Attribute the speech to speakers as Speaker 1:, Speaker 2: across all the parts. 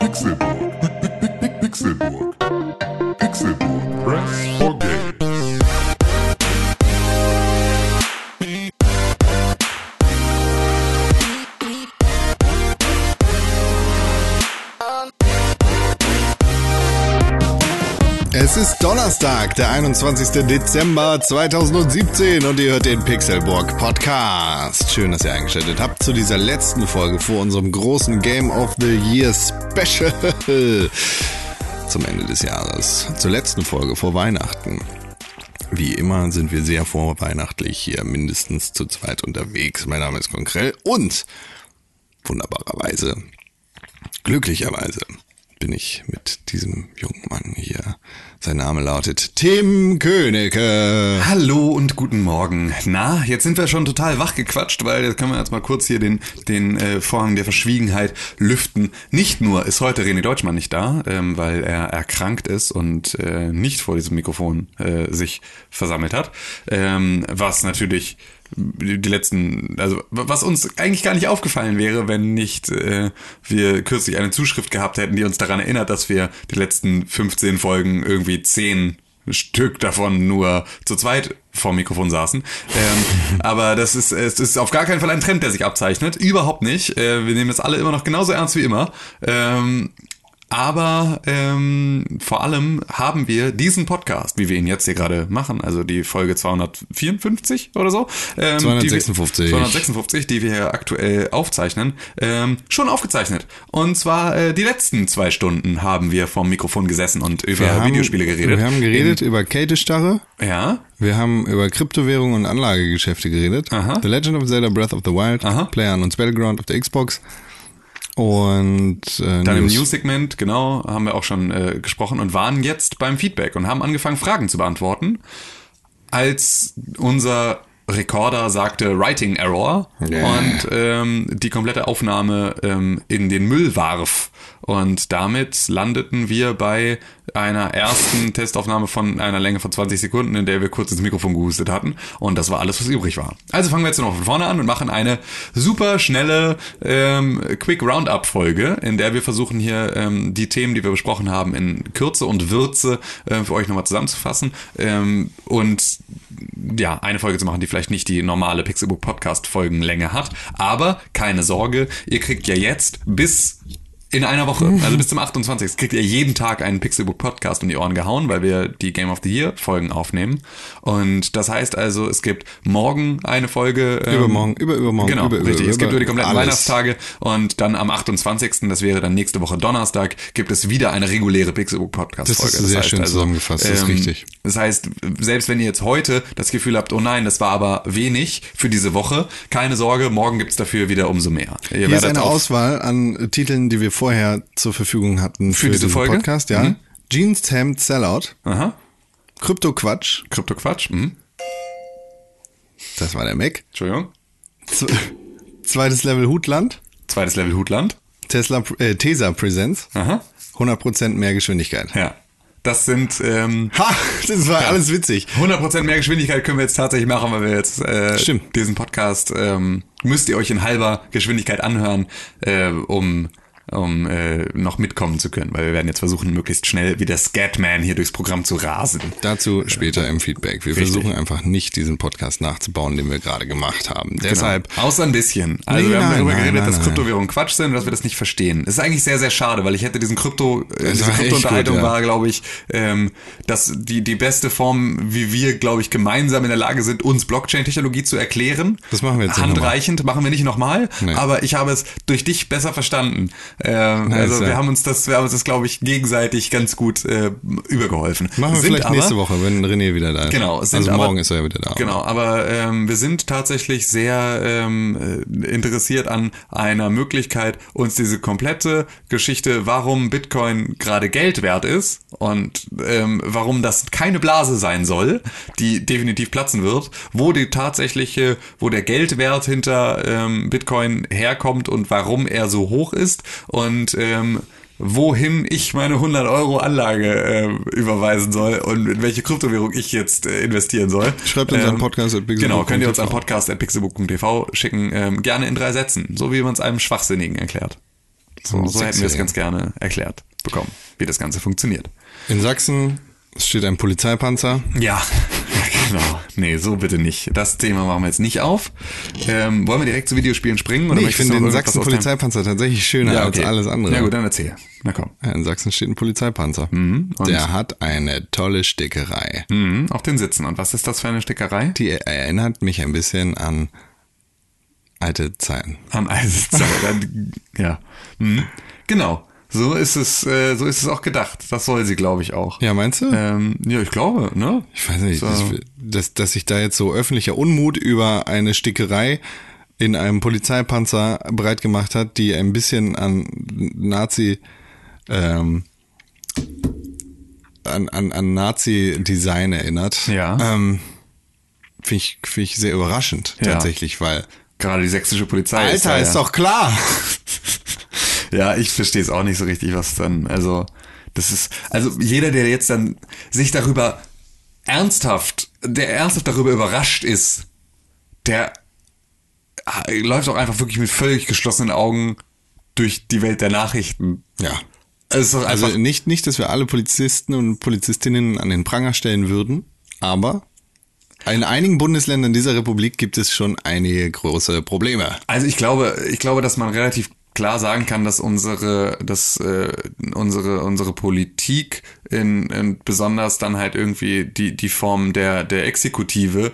Speaker 1: Pixelburg. Pixelburg. Pixelburg. Press for Games.
Speaker 2: Es ist Donnerstag, der 21. Dezember 2017 und ihr hört den Pixelburg Podcast. Schön, dass ihr eingeschaltet habt zu dieser letzten Folge vor unserem großen Game of the Year Special zum Ende des Jahres. Zur letzten Folge vor Weihnachten. Wie immer sind wir sehr vorweihnachtlich hier mindestens zu zweit unterwegs. Mein Name ist Konkrell und wunderbarerweise Glücklicherweise bin ich mit diesem jungen Mann hier. Sein Name lautet Tim Königke.
Speaker 3: Hallo und guten Morgen. Na, jetzt sind wir schon total wachgequatscht, weil jetzt können wir jetzt mal kurz hier den, den äh, Vorhang der Verschwiegenheit lüften. Nicht nur ist heute René Deutschmann nicht da, ähm, weil er erkrankt ist und äh, nicht vor diesem Mikrofon äh, sich versammelt hat, ähm, was natürlich die die letzten, also was uns eigentlich gar nicht aufgefallen wäre, wenn nicht äh, wir kürzlich eine Zuschrift gehabt hätten, die uns daran erinnert, dass wir die letzten 15 Folgen irgendwie 10 Stück davon nur zu zweit vor Mikrofon saßen. Ähm, aber das ist, es ist auf gar keinen Fall ein Trend, der sich abzeichnet. Überhaupt nicht. Äh, wir nehmen das alle immer noch genauso ernst wie immer. Ähm, aber ähm, vor allem haben wir diesen Podcast, wie wir ihn jetzt hier gerade machen, also die Folge 254 oder so. Ähm,
Speaker 2: 256.
Speaker 3: Die wir, 256, die wir hier aktuell aufzeichnen, ähm, schon aufgezeichnet. Und zwar äh, die letzten zwei Stunden haben wir vorm Mikrofon gesessen und über Videospiele geredet.
Speaker 2: Wir haben geredet über Kältestarre.
Speaker 3: ja,
Speaker 2: Wir haben über Kryptowährungen und Anlagegeschäfte geredet.
Speaker 3: Aha.
Speaker 2: The Legend of Zelda Breath of the Wild,
Speaker 3: Aha.
Speaker 2: PlayerUnknown's Battleground auf der Xbox und äh,
Speaker 3: Dann im News-Segment, genau, haben wir auch schon äh, gesprochen und waren jetzt beim Feedback und haben angefangen, Fragen zu beantworten. Als unser Recorder sagte Writing Error
Speaker 2: Ja.
Speaker 3: und ähm, die komplette Aufnahme ähm, in den Müll warf. Und damit landeten wir bei einer ersten Testaufnahme von einer Länge von 20 Sekunden, in der wir kurz ins Mikrofon gehustet hatten. Und das war alles, was übrig war. Also fangen wir jetzt noch von vorne an und machen eine super schnelle ähm, Quick Roundup-Folge, in der wir versuchen hier ähm, die Themen, die wir besprochen haben, in Kürze und Würze äh, für euch nochmal zusammenzufassen. Ähm, und ja, eine Folge zu machen, die vielleicht nicht die normale Pixelbook Podcast Folgenlänge hat. Aber keine Sorge, ihr kriegt ja jetzt bis in einer Woche, also bis zum 28. kriegt ihr jeden Tag einen Pixelbook Podcast in die Ohren gehauen, weil wir die Game of the Year Folgen aufnehmen. Und das heißt also, es gibt morgen eine Folge. ähm,
Speaker 2: Übermorgen, überübermorgen,
Speaker 3: Genau,
Speaker 2: über- über-
Speaker 3: richtig. es gibt
Speaker 2: über-
Speaker 3: über die kompletten
Speaker 2: alles.
Speaker 3: Weihnachtstage und dann am 28., das wäre dann nächste Woche Donnerstag, gibt es wieder eine reguläre Pixelbook Podcast Folge.
Speaker 2: Das ist sehr schön zusammengefasst, das ist richtig.
Speaker 3: also, ähm, Das heißt, selbst wenn ihr jetzt heute das Gefühl habt, oh nein, das war aber wenig für diese Woche, keine Sorge, morgen gibt's dafür wieder umso mehr. Ihr
Speaker 2: Hier ist
Speaker 3: werdet
Speaker 2: eine
Speaker 3: auf-
Speaker 2: Auswahl an äh, Titeln, die wir vorher zur Verfügung hatten für,
Speaker 3: diese
Speaker 2: diesen
Speaker 3: Folge?
Speaker 2: Podcast, ja.
Speaker 3: Mhm.
Speaker 2: Jeans Hemd Sellout,
Speaker 3: Aha,
Speaker 2: Krypto-Quatsch,
Speaker 3: Krypto-Quatsch, mhm.
Speaker 2: das war der Mac.
Speaker 3: Entschuldigung.
Speaker 2: Z zweites Level Hutland,
Speaker 3: Zweites Level Hutland,
Speaker 2: Tesla, äh, Tesa Presents,
Speaker 3: aha,
Speaker 2: 100% mehr Geschwindigkeit.
Speaker 3: ja. Das sind ähm,
Speaker 2: Ha, das war alles witzig.
Speaker 3: 100% mehr Geschwindigkeit können wir jetzt tatsächlich machen, weil wir jetzt äh,
Speaker 2: Stimmt.
Speaker 3: diesen Podcast ähm, müsst ihr euch in halber Geschwindigkeit anhören, äh, um um äh, noch mitkommen zu können, weil wir werden jetzt versuchen, möglichst schnell wie der Scatman hier durchs Programm zu rasen.
Speaker 2: Dazu später im Feedback. Wir versuchen einfach nicht diesen Podcast nachzubauen, den wir gerade gemacht haben. Deshalb
Speaker 3: Außer ein bisschen. Also
Speaker 2: Nee,
Speaker 3: wir haben
Speaker 2: nein,
Speaker 3: darüber
Speaker 2: nein,
Speaker 3: geredet,
Speaker 2: nein,
Speaker 3: dass
Speaker 2: nein.
Speaker 3: Kryptowährungen Quatsch sind und dass wir das nicht verstehen. Es ist eigentlich sehr, sehr schade, weil ich hätte diesen Krypto, äh, diese
Speaker 2: war echt
Speaker 3: Krypto-Unterhaltung
Speaker 2: gut, ja.
Speaker 3: war, glaube ich, ähm, dass die, die beste Form, wie wir, glaube ich, gemeinsam in der Lage sind, uns Blockchain-Technologie zu erklären.
Speaker 2: Das machen wir jetzt nicht
Speaker 3: Handreichend machen wir nicht nochmal,
Speaker 2: Nee.
Speaker 3: aber ich habe es durch dich besser verstanden. Ähm,
Speaker 2: Nice,
Speaker 3: also
Speaker 2: ja.
Speaker 3: wir haben uns das, wir haben uns das, glaube ich, gegenseitig ganz gut äh, übergeholfen.
Speaker 2: machen wir
Speaker 3: Sind
Speaker 2: vielleicht
Speaker 3: aber-
Speaker 2: nächste Woche, wenn René wieder da ist.
Speaker 3: Genau,
Speaker 2: Also
Speaker 3: sind aber-
Speaker 2: morgen ist er ja wieder da.
Speaker 3: Genau, aber ähm, wir sind tatsächlich sehr ähm, äh, interessiert an einer Möglichkeit, uns diese komplette Geschichte, warum Bitcoin gerade Geld wert ist und ähm, warum das keine Blase sein soll, die definitiv platzen wird, wo die tatsächliche, wo der Geldwert hinter ähm, Bitcoin herkommt und warum er so hoch ist und ähm, wohin ich meine 100 Euro Anlage ähm, überweisen soll und in welche Kryptowährung ich jetzt äh, investieren soll.
Speaker 2: Schreibt uns an podcast@pixelbook.tv.
Speaker 3: Genau, könnt ihr uns an podcast.pixelbook.tv schicken. Ähm, gerne in drei Sätzen, so wie man es einem Schwachsinnigen erklärt. So,
Speaker 2: Ein
Speaker 3: so hätten wir es
Speaker 2: Sechsjähriger.
Speaker 3: ganz gerne erklärt bekommen, wie das Ganze funktioniert.
Speaker 2: In Sachsen steht ein Polizeipanzer.
Speaker 3: Ja, genau. Nee, so bitte nicht. Das Thema machen wir jetzt nicht auf. Ähm, wollen wir direkt zu Videospielen springen? Oder
Speaker 2: Nee, ich
Speaker 3: möchtest
Speaker 2: finde
Speaker 3: du noch
Speaker 2: den
Speaker 3: irgendwas
Speaker 2: Sachsen
Speaker 3: aus deinem-
Speaker 2: Polizeipanzer tatsächlich schöner
Speaker 3: ja,
Speaker 2: als
Speaker 3: okay.
Speaker 2: alles andere.
Speaker 3: Ja gut, dann erzähl. Na komm.
Speaker 2: Ja, in Sachsen steht ein Polizeipanzer.
Speaker 3: und?
Speaker 2: Der hat eine tolle Stickerei.
Speaker 3: Mhm, auf den Sitzen. Und was ist das für eine Stickerei?
Speaker 2: Die erinnert mich ein bisschen an alte Zeiten.
Speaker 3: Am Eisenzeit. Dann- ja. Mhm. Genau. So ist es, äh, so ist es auch gedacht. Das soll sie, glaube ich, auch.
Speaker 2: Ja, meinst du?
Speaker 3: Ähm, ja, ich glaube, ne?
Speaker 2: Ich weiß nicht,
Speaker 3: So.
Speaker 2: ich, dass, dass sich da jetzt so öffentlicher Unmut über eine Stickerei in einem Polizeipanzer breit gemacht hat, die ein bisschen an Nazi, ähm, an, an, an Nazi-Design erinnert.
Speaker 3: Ja.
Speaker 2: Ähm, Finde ich, find ich sehr überraschend,
Speaker 3: Ja.
Speaker 2: tatsächlich, weil.
Speaker 3: Gerade die sächsische Polizei.
Speaker 2: Alter,
Speaker 3: da
Speaker 2: ist
Speaker 3: ja.
Speaker 2: doch klar!
Speaker 3: Ja, ich verstehe es auch nicht so richtig, was dann, also, das ist, also jeder, der jetzt dann sich darüber ernsthaft, der ernsthaft darüber überrascht ist, der äh, läuft auch einfach wirklich mit völlig geschlossenen Augen durch die Welt der Nachrichten.
Speaker 2: Ja.
Speaker 3: Es ist doch einfach,
Speaker 2: Also nicht, nicht, dass wir alle Polizisten und Polizistinnen an den Pranger stellen würden, aber in einigen Bundesländern dieser Republik gibt es schon einige große Probleme.
Speaker 3: Also ich glaube, ich glaube, dass man relativ klar sagen kann, dass unsere, dass äh, unsere unsere Politik in, in besonders dann halt irgendwie die die Form der der Exekutive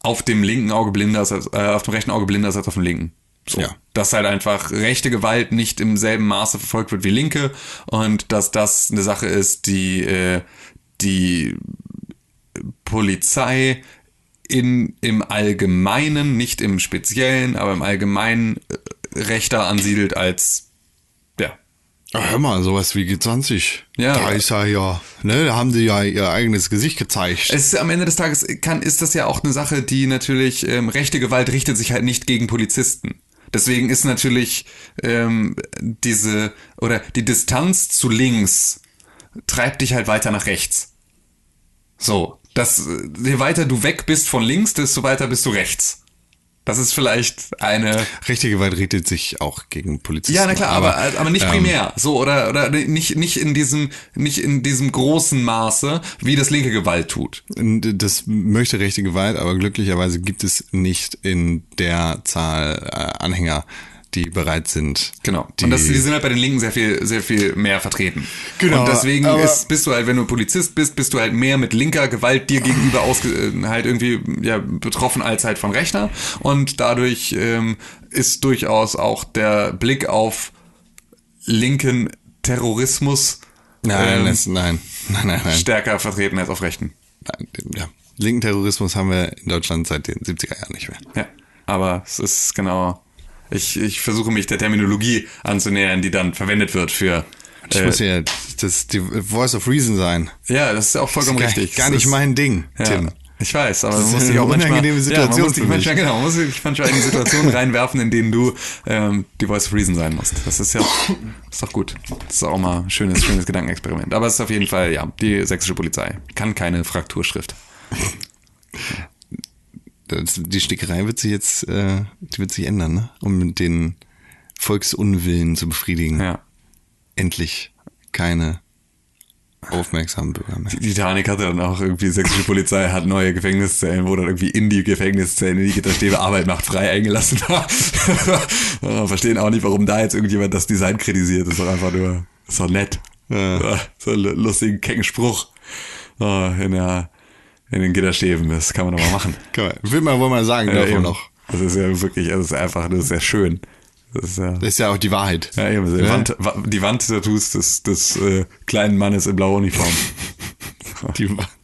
Speaker 3: auf dem linken Auge blinder ist, als, äh, auf dem rechten Auge blinder ist als auf dem linken. So.
Speaker 2: Ja.
Speaker 3: Dass halt einfach rechte Gewalt nicht im selben Maße verfolgt wird wie linke und dass das eine Sache ist, die äh, die Polizei in, im Allgemeinen, nicht im Speziellen, aber im Allgemeinen äh, rechter ansiedelt als, ja,
Speaker 2: Ja, hör mal, sowas wie G20.
Speaker 3: Ja.
Speaker 2: Da ist ja, ja, ne, da haben sie ja ihr eigenes Gesicht gezeigt.
Speaker 3: Es ist am Ende des Tages kann, ist das ja auch eine Sache, die natürlich ähm, rechte Gewalt richtet sich halt nicht gegen Polizisten. Deswegen ist natürlich ähm, diese oder die Distanz zu links treibt dich halt weiter nach rechts. So, das äh, je weiter du weg bist von links, desto weiter bist du rechts. Das ist vielleicht eine
Speaker 2: Rechte Gewalt richtet sich auch gegen Polizisten.
Speaker 3: ja, na klar, aber, äh, aber nicht
Speaker 2: ähm,
Speaker 3: primär. So, oder, oder nicht, nicht in diesem, nicht in diesem großen Maße, wie das linke Gewalt tut.
Speaker 2: äh, Das möchte rechte Gewalt, aber glücklicherweise gibt es nicht in der Zahl äh, Anhänger, die bereit sind.
Speaker 3: Genau.
Speaker 2: Die,
Speaker 3: und das, die sind halt bei den Linken sehr viel, sehr viel mehr vertreten.
Speaker 2: Genau,
Speaker 3: Und deswegen
Speaker 2: aber-
Speaker 3: ist, bist du halt, wenn du Polizist bist, bist du halt mehr mit linker Gewalt dir gegenüber ausge äh, halt irgendwie ja, betroffen als halt von Rechner. Und dadurch ähm, ist durchaus auch der Blick auf linken Terrorismus
Speaker 2: nein,
Speaker 3: ähm,
Speaker 2: das, nein, nein, nein, nein.
Speaker 3: stärker vertreten als auf Rechten.
Speaker 2: Nein, ja. Linken Terrorismus haben wir in Deutschland seit den 70er Jahren nicht mehr.
Speaker 3: Ja, aber es ist genau. Ich, ich versuche mich der Terminologie anzunähern, die dann verwendet wird für.
Speaker 2: Ich
Speaker 3: Äh,
Speaker 2: muss ja das die Voice of Reason sein.
Speaker 3: ja, das ist auch vollkommen
Speaker 2: Gar,
Speaker 3: richtig.
Speaker 2: gar
Speaker 3: Es
Speaker 2: nicht
Speaker 3: ist-
Speaker 2: mein Ding,
Speaker 3: ja,
Speaker 2: Tim.
Speaker 3: Ich weiß, aber man
Speaker 2: ist
Speaker 3: muss
Speaker 2: eine
Speaker 3: dich auch manchmal,
Speaker 2: unangenehme
Speaker 3: ja, man
Speaker 2: Situation
Speaker 3: muss
Speaker 2: für
Speaker 3: dich
Speaker 2: mich.
Speaker 3: manchmal, genau, man muss dich manchmal in Situationen reinwerfen, in denen du ähm, die Voice of Reason sein musst. Das ist ja ist doch gut. Das ist auch mal ein schönes, schönes Gedankenexperiment. Aber es ist auf jeden Fall, ja, die sächsische Polizei kann keine Frakturschrift.
Speaker 2: Das, die Stickerei wird sich jetzt, äh, die wird sich ändern, ne? um den Volksunwillen zu befriedigen.
Speaker 3: Ja.
Speaker 2: Endlich keine aufmerksamen Bürger mehr.
Speaker 3: Die Titanic hatte dann auch irgendwie, sächsische Polizei hat neue Gefängniszellen, wo dann irgendwie in die Gefängniszellen, in die Gitterstäbe Arbeit macht frei eingelassen war. Oh, Verstehen auch nicht, warum da jetzt irgendjemand das Design kritisiert. Ist doch einfach nur, ist doch nett. Ah,
Speaker 2: Ja.
Speaker 3: So einen lustigen, kecken Spruch oh, in, der, in den Gitterstäben. Das kann man doch mal machen.
Speaker 2: Kann man- Will man wohl mal sagen,
Speaker 3: Ja,
Speaker 2: davon
Speaker 3: eben.
Speaker 2: noch.
Speaker 3: Das ist ja wirklich, das ist einfach, das ist ja schön. Das ist ja,
Speaker 2: Das ist ja auch die Wahrheit.
Speaker 3: ja eben, die,
Speaker 2: Ne?
Speaker 3: Wand, Wa- die Wandtattoos des, des äh, kleinen Mannes in blauer Uniform.
Speaker 2: Die Wahrheit.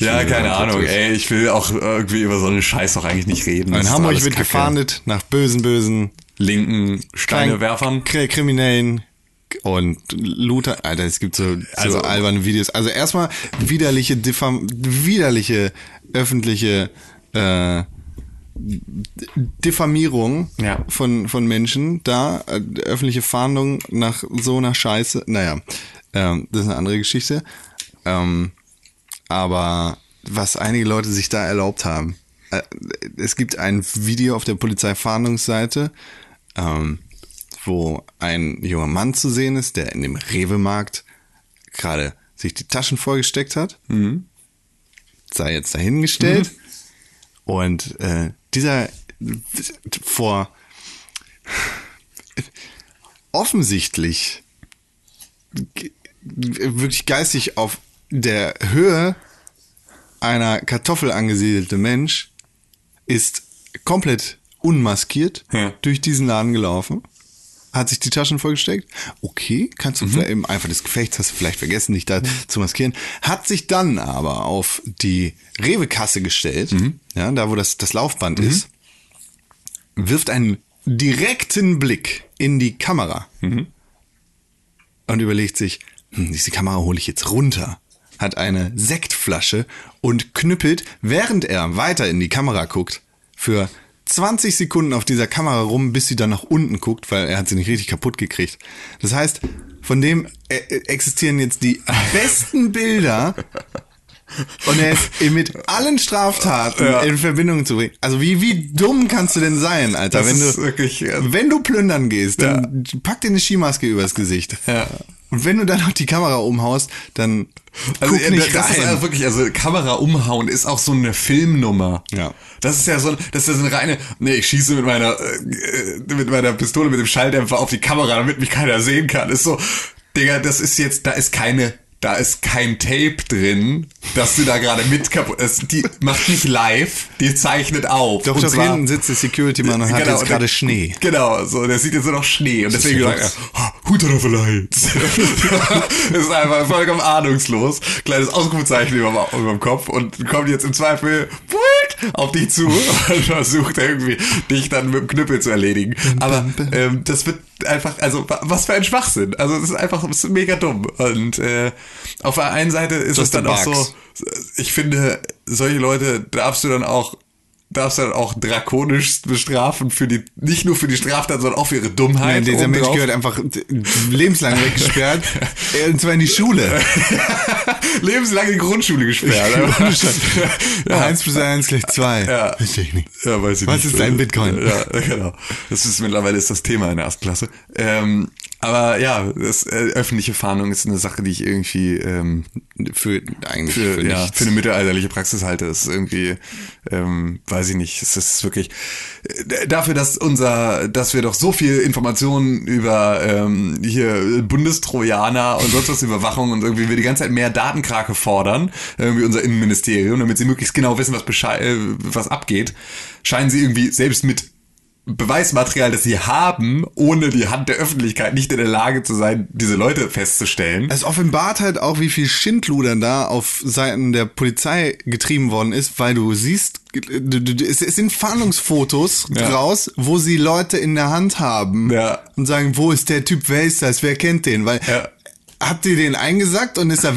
Speaker 3: Ja,
Speaker 2: Schöne
Speaker 3: keine
Speaker 2: Wandtattoos.
Speaker 3: Ahnung, ey, ich will auch irgendwie über so einen Scheiß doch eigentlich nicht reden. Das
Speaker 2: In
Speaker 3: ist
Speaker 2: Hamburg
Speaker 3: alles
Speaker 2: wird
Speaker 3: Kacke.
Speaker 2: gefahndet nach bösen, bösen
Speaker 3: Linken
Speaker 2: kleinen
Speaker 3: Steinewerfern.
Speaker 2: Kri- Kriminellen und Luther. Alter, es gibt so,
Speaker 3: Also-
Speaker 2: so alberne Videos. Also erstmal widerliche, diffam, widerliche öffentliche äh, Diffamierung
Speaker 3: Ja.
Speaker 2: von, von Menschen, da äh, öffentliche Fahndung nach so einer Scheiße. Naja, ähm, das ist eine andere Geschichte. Ähm, aber was einige Leute sich da erlaubt haben. Äh, Es gibt ein Video auf der Polizeifahndungsseite, ähm, wo ein junger Mann zu sehen ist, der in dem Rewe-Markt gerade sich die Taschen vollgesteckt hat. Sei jetzt dahingestellt. Und äh, dieser vor offensichtlich ge- wirklich geistig auf der Höhe einer Kartoffel angesiedelte Mensch ist komplett unmaskiert
Speaker 3: Ja.
Speaker 2: durch diesen Laden gelaufen, hat sich die Taschen vollgesteckt. Okay, kannst du vielleicht im Eifer des Gefechts hast du vielleicht vergessen, dich da zu maskieren. Hat sich dann aber auf die Rewe-Kasse gestellt, ja, da wo das, das Laufband ist, wirft einen direkten Blick in die Kamera und überlegt sich, hm, diese Kamera hole ich jetzt runter. Hat eine Sektflasche und knüppelt, während er weiter in die Kamera guckt, für 20 Sekunden auf dieser Kamera rum, bis sie dann nach unten guckt, weil er hat sie nicht richtig kaputt gekriegt. Das heißt, von dem äh, äh, existieren jetzt die besten Bilder und er ist mit allen Straftaten in Verbindung zu bringen. Also wie, wie dumm kannst du denn sein, Alter?
Speaker 3: Das
Speaker 2: wenn
Speaker 3: ist
Speaker 2: du,
Speaker 3: wirklich, äh,
Speaker 2: wenn du plündern gehst, dann pack dir eine Skimaske übers Gesicht.
Speaker 3: Ja.
Speaker 2: Und wenn du dann auch die Kamera umhaust, dann
Speaker 3: Also,
Speaker 2: guck
Speaker 3: ja,
Speaker 2: nicht
Speaker 3: das ist
Speaker 2: rein.
Speaker 3: ja wirklich, also Kamera umhauen ist auch so eine Filmnummer.
Speaker 2: Ja.
Speaker 3: Das ist ja so, das ist ja so eine reine, nee, ich schieße mit meiner, äh, mit meiner Pistole, mit dem Schalldämpfer auf die Kamera, damit mich keiner sehen kann. Ist so, Digga, das ist jetzt, da ist keine, da ist kein Tape drin, dass du da gerade mit kaputt, das, die macht nicht live, die zeichnet auf.
Speaker 2: Doch,
Speaker 3: Und
Speaker 2: da
Speaker 3: zwar-
Speaker 2: hinten sitzt der Security-Mann und hat jetzt
Speaker 3: und
Speaker 2: gerade
Speaker 3: der-
Speaker 2: Schnee.
Speaker 3: Genau, so, der sieht jetzt nur noch Schnee und
Speaker 2: ist
Speaker 3: deswegen sagt er,
Speaker 2: verrückt.
Speaker 3: "Oh, Hut darauf allein. das ist einfach vollkommen ahnungslos. Kleines Ausrufezeichen über, über dem Kopf und kommt jetzt im Zweifel pult, auf dich zu und versucht irgendwie, dich dann mit dem Knüppel zu erledigen. Aber ähm, das wird einfach, also wa- was für ein Schwachsinn. Also es ist einfach es ist mega dumm. Und äh, auf der einen Seite ist
Speaker 2: Just
Speaker 3: es dann
Speaker 2: the
Speaker 3: auch
Speaker 2: bugs.
Speaker 3: so, ich finde, solche Leute darfst du dann auch darfst du dann auch drakonisch bestrafen für die nicht nur für die Straftat, sondern auch für ihre Dummheit.
Speaker 2: Nein, dieser
Speaker 3: obendrauf.
Speaker 2: Mensch gehört einfach lebenslang weggesperrt. Äh, und zwar in die Schule.
Speaker 3: lebenslang in die Grundschule gesperrt. aber-
Speaker 2: ja. 1 plus 1 gleich 2.
Speaker 3: Ja.
Speaker 2: ich nicht.
Speaker 3: Ja, weiß ich
Speaker 2: Was
Speaker 3: nicht.
Speaker 2: ist ein Bitcoin?
Speaker 3: Ja, genau. Das ist mittlerweile ist das Thema in der Erstklasse. Ähm, aber ja, das, äh, öffentliche Fahndung ist eine Sache, die ich irgendwie ähm,
Speaker 2: Für, eigentlich
Speaker 3: für,
Speaker 2: für
Speaker 3: ja,
Speaker 2: nichts.
Speaker 3: für eine mittelalterliche Praxis halte. Das ist irgendwie, ähm, weiß ich nicht, es ist wirklich äh, dafür, dass unser, dass wir doch so viel Informationen über ähm, hier Bundestrojaner und sonst was Überwachung und irgendwie wir die ganze Zeit mehr Datenkrake fordern, irgendwie unser Innenministerium, damit sie möglichst genau wissen, was Bescheid, äh, was abgeht, scheinen sie irgendwie selbst mit Beweismaterial, das sie haben, ohne die Hand der Öffentlichkeit nicht in der Lage zu sein, diese Leute festzustellen.
Speaker 2: Es offenbart halt auch, wie viel Schindludern da auf Seiten der Polizei getrieben worden ist, weil du siehst, du- du- es es sind Fahndungsfotos
Speaker 3: Ja.
Speaker 2: raus, wo sie Leute in der Hand haben
Speaker 3: Ja.
Speaker 2: und sagen, wo ist der Typ, wer ist das, wer kennt den? Weil
Speaker 3: Ja.
Speaker 2: habt ihr den eingesackt und ist er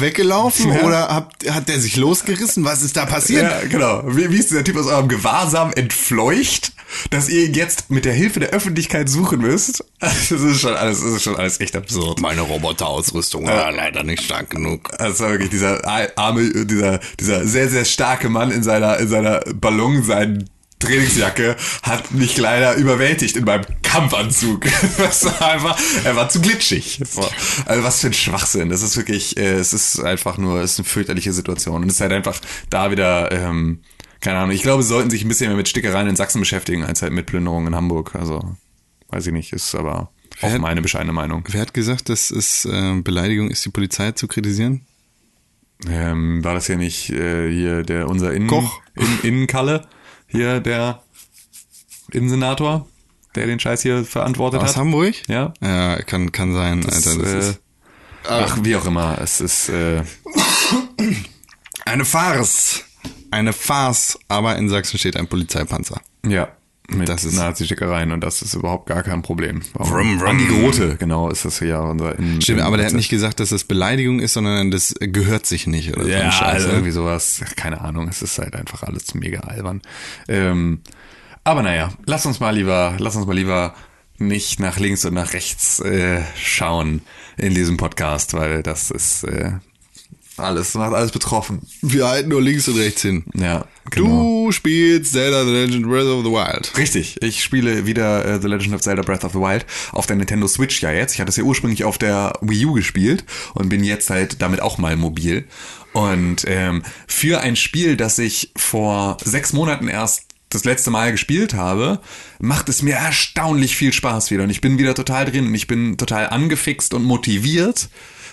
Speaker 2: weggelaufen
Speaker 3: Ja.
Speaker 2: oder habt, hat der sich losgerissen? Was ist da passiert?
Speaker 3: Ja, genau. Wie, wie ist dieser Typ aus eurem Gewahrsam entfleucht, dass ihr ihn jetzt mit der Hilfe der Öffentlichkeit suchen müsst? Das ist schon alles, das ist schon alles echt absurd.
Speaker 2: Meine Roboterausrüstung war leider nicht stark genug.
Speaker 3: Das war wirklich dieser a- arme, dieser, dieser sehr, sehr starke Mann in seiner, in seiner Ballon, seinen Trainingsjacke, hat mich leider überwältigt in meinem Kampfanzug. Das war einfach, er war zu glitschig. So. Also was für ein Schwachsinn. Das ist wirklich, äh, es ist einfach nur, es ist eine fürchterliche Situation. Und es ist halt einfach da wieder, ähm, keine Ahnung. Ich glaube, sie sollten sich ein bisschen mehr mit Stickereien in Sachsen beschäftigen, als halt mit Plünderungen in Hamburg. Also, weiß ich nicht, ist aber auch
Speaker 2: Wer-
Speaker 3: meine bescheidene Meinung.
Speaker 2: Wer hat gesagt, dass es äh, Beleidigung ist, die Polizei zu kritisieren?
Speaker 3: Ähm, war das hier nicht äh, hier der unser Innen
Speaker 2: Koch.
Speaker 3: In, Innenkalle hier der Innensenator, der den Scheiß hier verantwortet
Speaker 2: Aus
Speaker 3: hat?
Speaker 2: Hamburg?
Speaker 3: Ja.
Speaker 2: Ja, kann, kann sein, Alter. Das
Speaker 3: äh,
Speaker 2: ist Ah.
Speaker 3: ach wie auch immer, es ist äh,
Speaker 2: Eine Farce. Eine Farce, aber in Sachsen steht ein Polizeipanzer.
Speaker 3: ja mit
Speaker 2: Das
Speaker 3: das
Speaker 2: ist-
Speaker 3: ist Nazi-Schickereien und das ist überhaupt gar kein Problem. Warum?
Speaker 2: Vrum, vrum.
Speaker 3: Andi Grote, genau, ist das hier ja unser Innen.
Speaker 2: Stimmt, aber der hat nicht gesagt, dass das Beleidigung ist, sondern das gehört sich nicht oder so
Speaker 3: ja,
Speaker 2: ein Scheiß.
Speaker 3: also
Speaker 2: ne?
Speaker 3: irgendwie sowas. Keine Ahnung, es ist halt einfach alles mega albern. Ähm, aber naja, lass uns mal lieber, lass uns mal lieber nicht nach links und nach rechts äh, schauen in diesem Podcast, weil das ist äh, Alles, macht alles betroffen.
Speaker 2: Wir halten nur links und rechts hin.
Speaker 3: Ja, Genau.
Speaker 2: Du spielst Zelda The Legend Breath of the Wild.
Speaker 3: Richtig, ich spiele wieder äh, The Legend of Zelda Breath of the Wild auf der Nintendo Switch ja jetzt. Ich hatte es ja ursprünglich auf der Wii U gespielt und bin jetzt halt damit auch mal mobil. Und ähm, für ein Spiel, das ich vor sechs Monaten erst das letzte Mal gespielt habe, macht es mir erstaunlich viel Spaß wieder. Und ich bin wieder total drin und ich bin total angefixt und motiviert,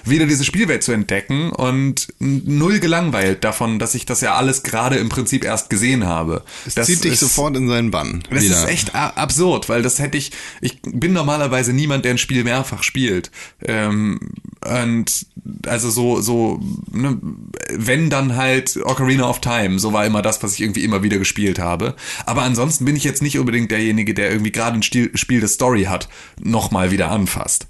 Speaker 3: wieder diese Spielwelt zu entdecken und null gelangweilt davon, dass ich das ja alles gerade im Prinzip erst gesehen habe. Das
Speaker 2: Zieht dich
Speaker 3: ist-
Speaker 2: sofort in seinen Bann.
Speaker 3: das
Speaker 2: wieder.
Speaker 3: ist echt a- absurd, weil das hätte ich. Ich bin normalerweise niemand, der ein Spiel mehrfach spielt. Ähm, und also so, so, ne, wenn dann halt Ocarina of Time, so war immer das, was ich irgendwie immer wieder gespielt habe. Aber ansonsten bin ich jetzt nicht unbedingt derjenige, der irgendwie gerade ein Stil, Spiel das Story hat, nochmal wieder anfasst.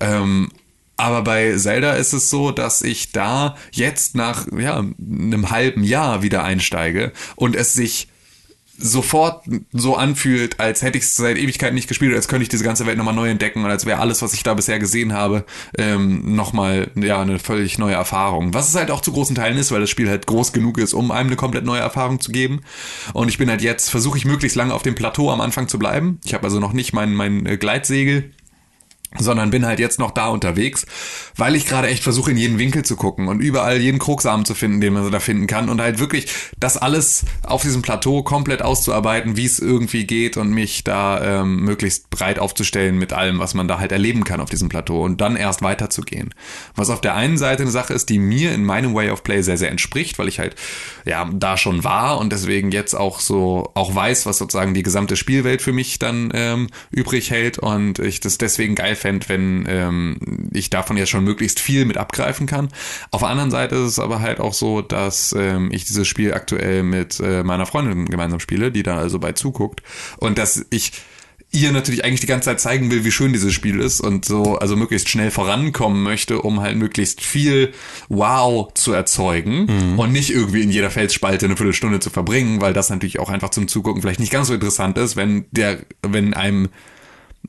Speaker 3: Ähm, aber bei Zelda ist es so, dass ich da jetzt nach ja, einem halben Jahr wieder einsteige und es sich sofort so anfühlt, als hätte ich es seit Ewigkeit nicht gespielt, als könnte ich diese ganze Welt nochmal neu entdecken und als wäre alles, was ich da bisher gesehen habe, ähm, nochmal ja, eine völlig neue Erfahrung. Was es halt auch zu großen Teilen ist, weil das Spiel halt groß genug ist, um einem eine komplett neue Erfahrung zu geben. Und ich bin halt jetzt, versuche ich möglichst lange auf dem Plateau am Anfang zu bleiben. Ich habe also noch nicht mein, mein äh, Gleitsegel sondern bin halt jetzt noch da unterwegs, weil ich gerade echt versuche, in jeden Winkel zu gucken und überall jeden Krugsamen zu finden, den man so da finden kann und halt wirklich das alles auf diesem Plateau komplett auszuarbeiten, wie es irgendwie geht und mich da ähm, möglichst breit aufzustellen mit allem, was man da halt erleben kann auf diesem Plateau und dann erst weiterzugehen. Was auf der einen Seite eine Sache ist, die mir in meinem Way of Play sehr, sehr entspricht, weil ich halt ja da schon war und deswegen jetzt auch so auch weiß, was sozusagen die gesamte Spielwelt für mich dann ähm, übrig hält und ich das deswegen geil fände, wenn ähm, ich davon jetzt schon möglichst viel mit abgreifen kann. Auf der anderen Seite ist es aber halt auch so, dass ähm, ich dieses Spiel aktuell mit äh, meiner Freundin gemeinsam spiele, die da also bei zuguckt und dass ich ihr natürlich eigentlich die ganze Zeit zeigen will, wie schön dieses Spiel ist und so, also möglichst schnell vorankommen möchte, um halt möglichst viel Wow zu erzeugen und nicht irgendwie in jeder Felsspalte eine Viertelstunde zu verbringen, weil das natürlich auch einfach zum Zugucken vielleicht nicht ganz so interessant ist, wenn der, wenn einem,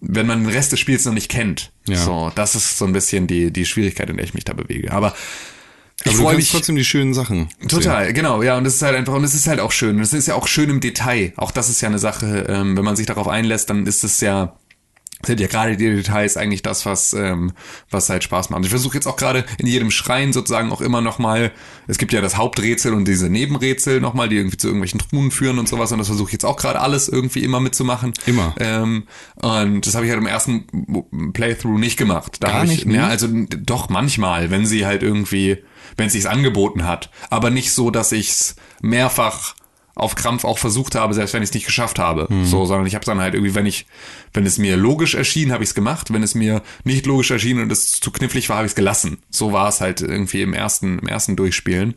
Speaker 3: wenn man den Rest des Spiels noch nicht kennt.
Speaker 2: Ja.
Speaker 3: So, das ist so ein bisschen die, die Schwierigkeit, in der ich mich da bewege. Aber ich
Speaker 2: Aber du
Speaker 3: freue
Speaker 2: kannst
Speaker 3: mich
Speaker 2: trotzdem die schönen Sachen.
Speaker 3: Total, genau, ja, und das ist halt einfach, und es ist halt auch schön. Und es ist ja auch schön im Detail. Auch das ist ja eine Sache, ähm, wenn man sich darauf einlässt, dann ist es ja, sind ja gerade die Details eigentlich das, was, ähm, was halt Spaß macht. Ich versuche jetzt auch gerade in jedem Schrein sozusagen auch immer nochmal, es gibt ja das Haupträtsel und diese Nebenrätsel nochmal, die irgendwie zu irgendwelchen Truhen führen und sowas, und das versuche ich jetzt auch gerade alles irgendwie immer mitzumachen.
Speaker 2: Immer.
Speaker 3: Ähm, und das habe ich halt im ersten Playthrough nicht gemacht. Da
Speaker 2: Gar
Speaker 3: hab
Speaker 2: nicht,
Speaker 3: ich,
Speaker 2: ne?
Speaker 3: ja, also n- doch manchmal, wenn sie halt irgendwie, wenn es sich angeboten hat, aber nicht so, dass ich es mehrfach auf Krampf auch versucht habe, selbst wenn ich es nicht geschafft habe.
Speaker 2: Mhm.
Speaker 3: So, sondern ich habe dann halt irgendwie, wenn ich, wenn es mir logisch erschien, habe ich es gemacht. Wenn es mir nicht logisch erschien und es zu knifflig war, habe ich es gelassen. So war es halt irgendwie im ersten, im ersten Durchspielen.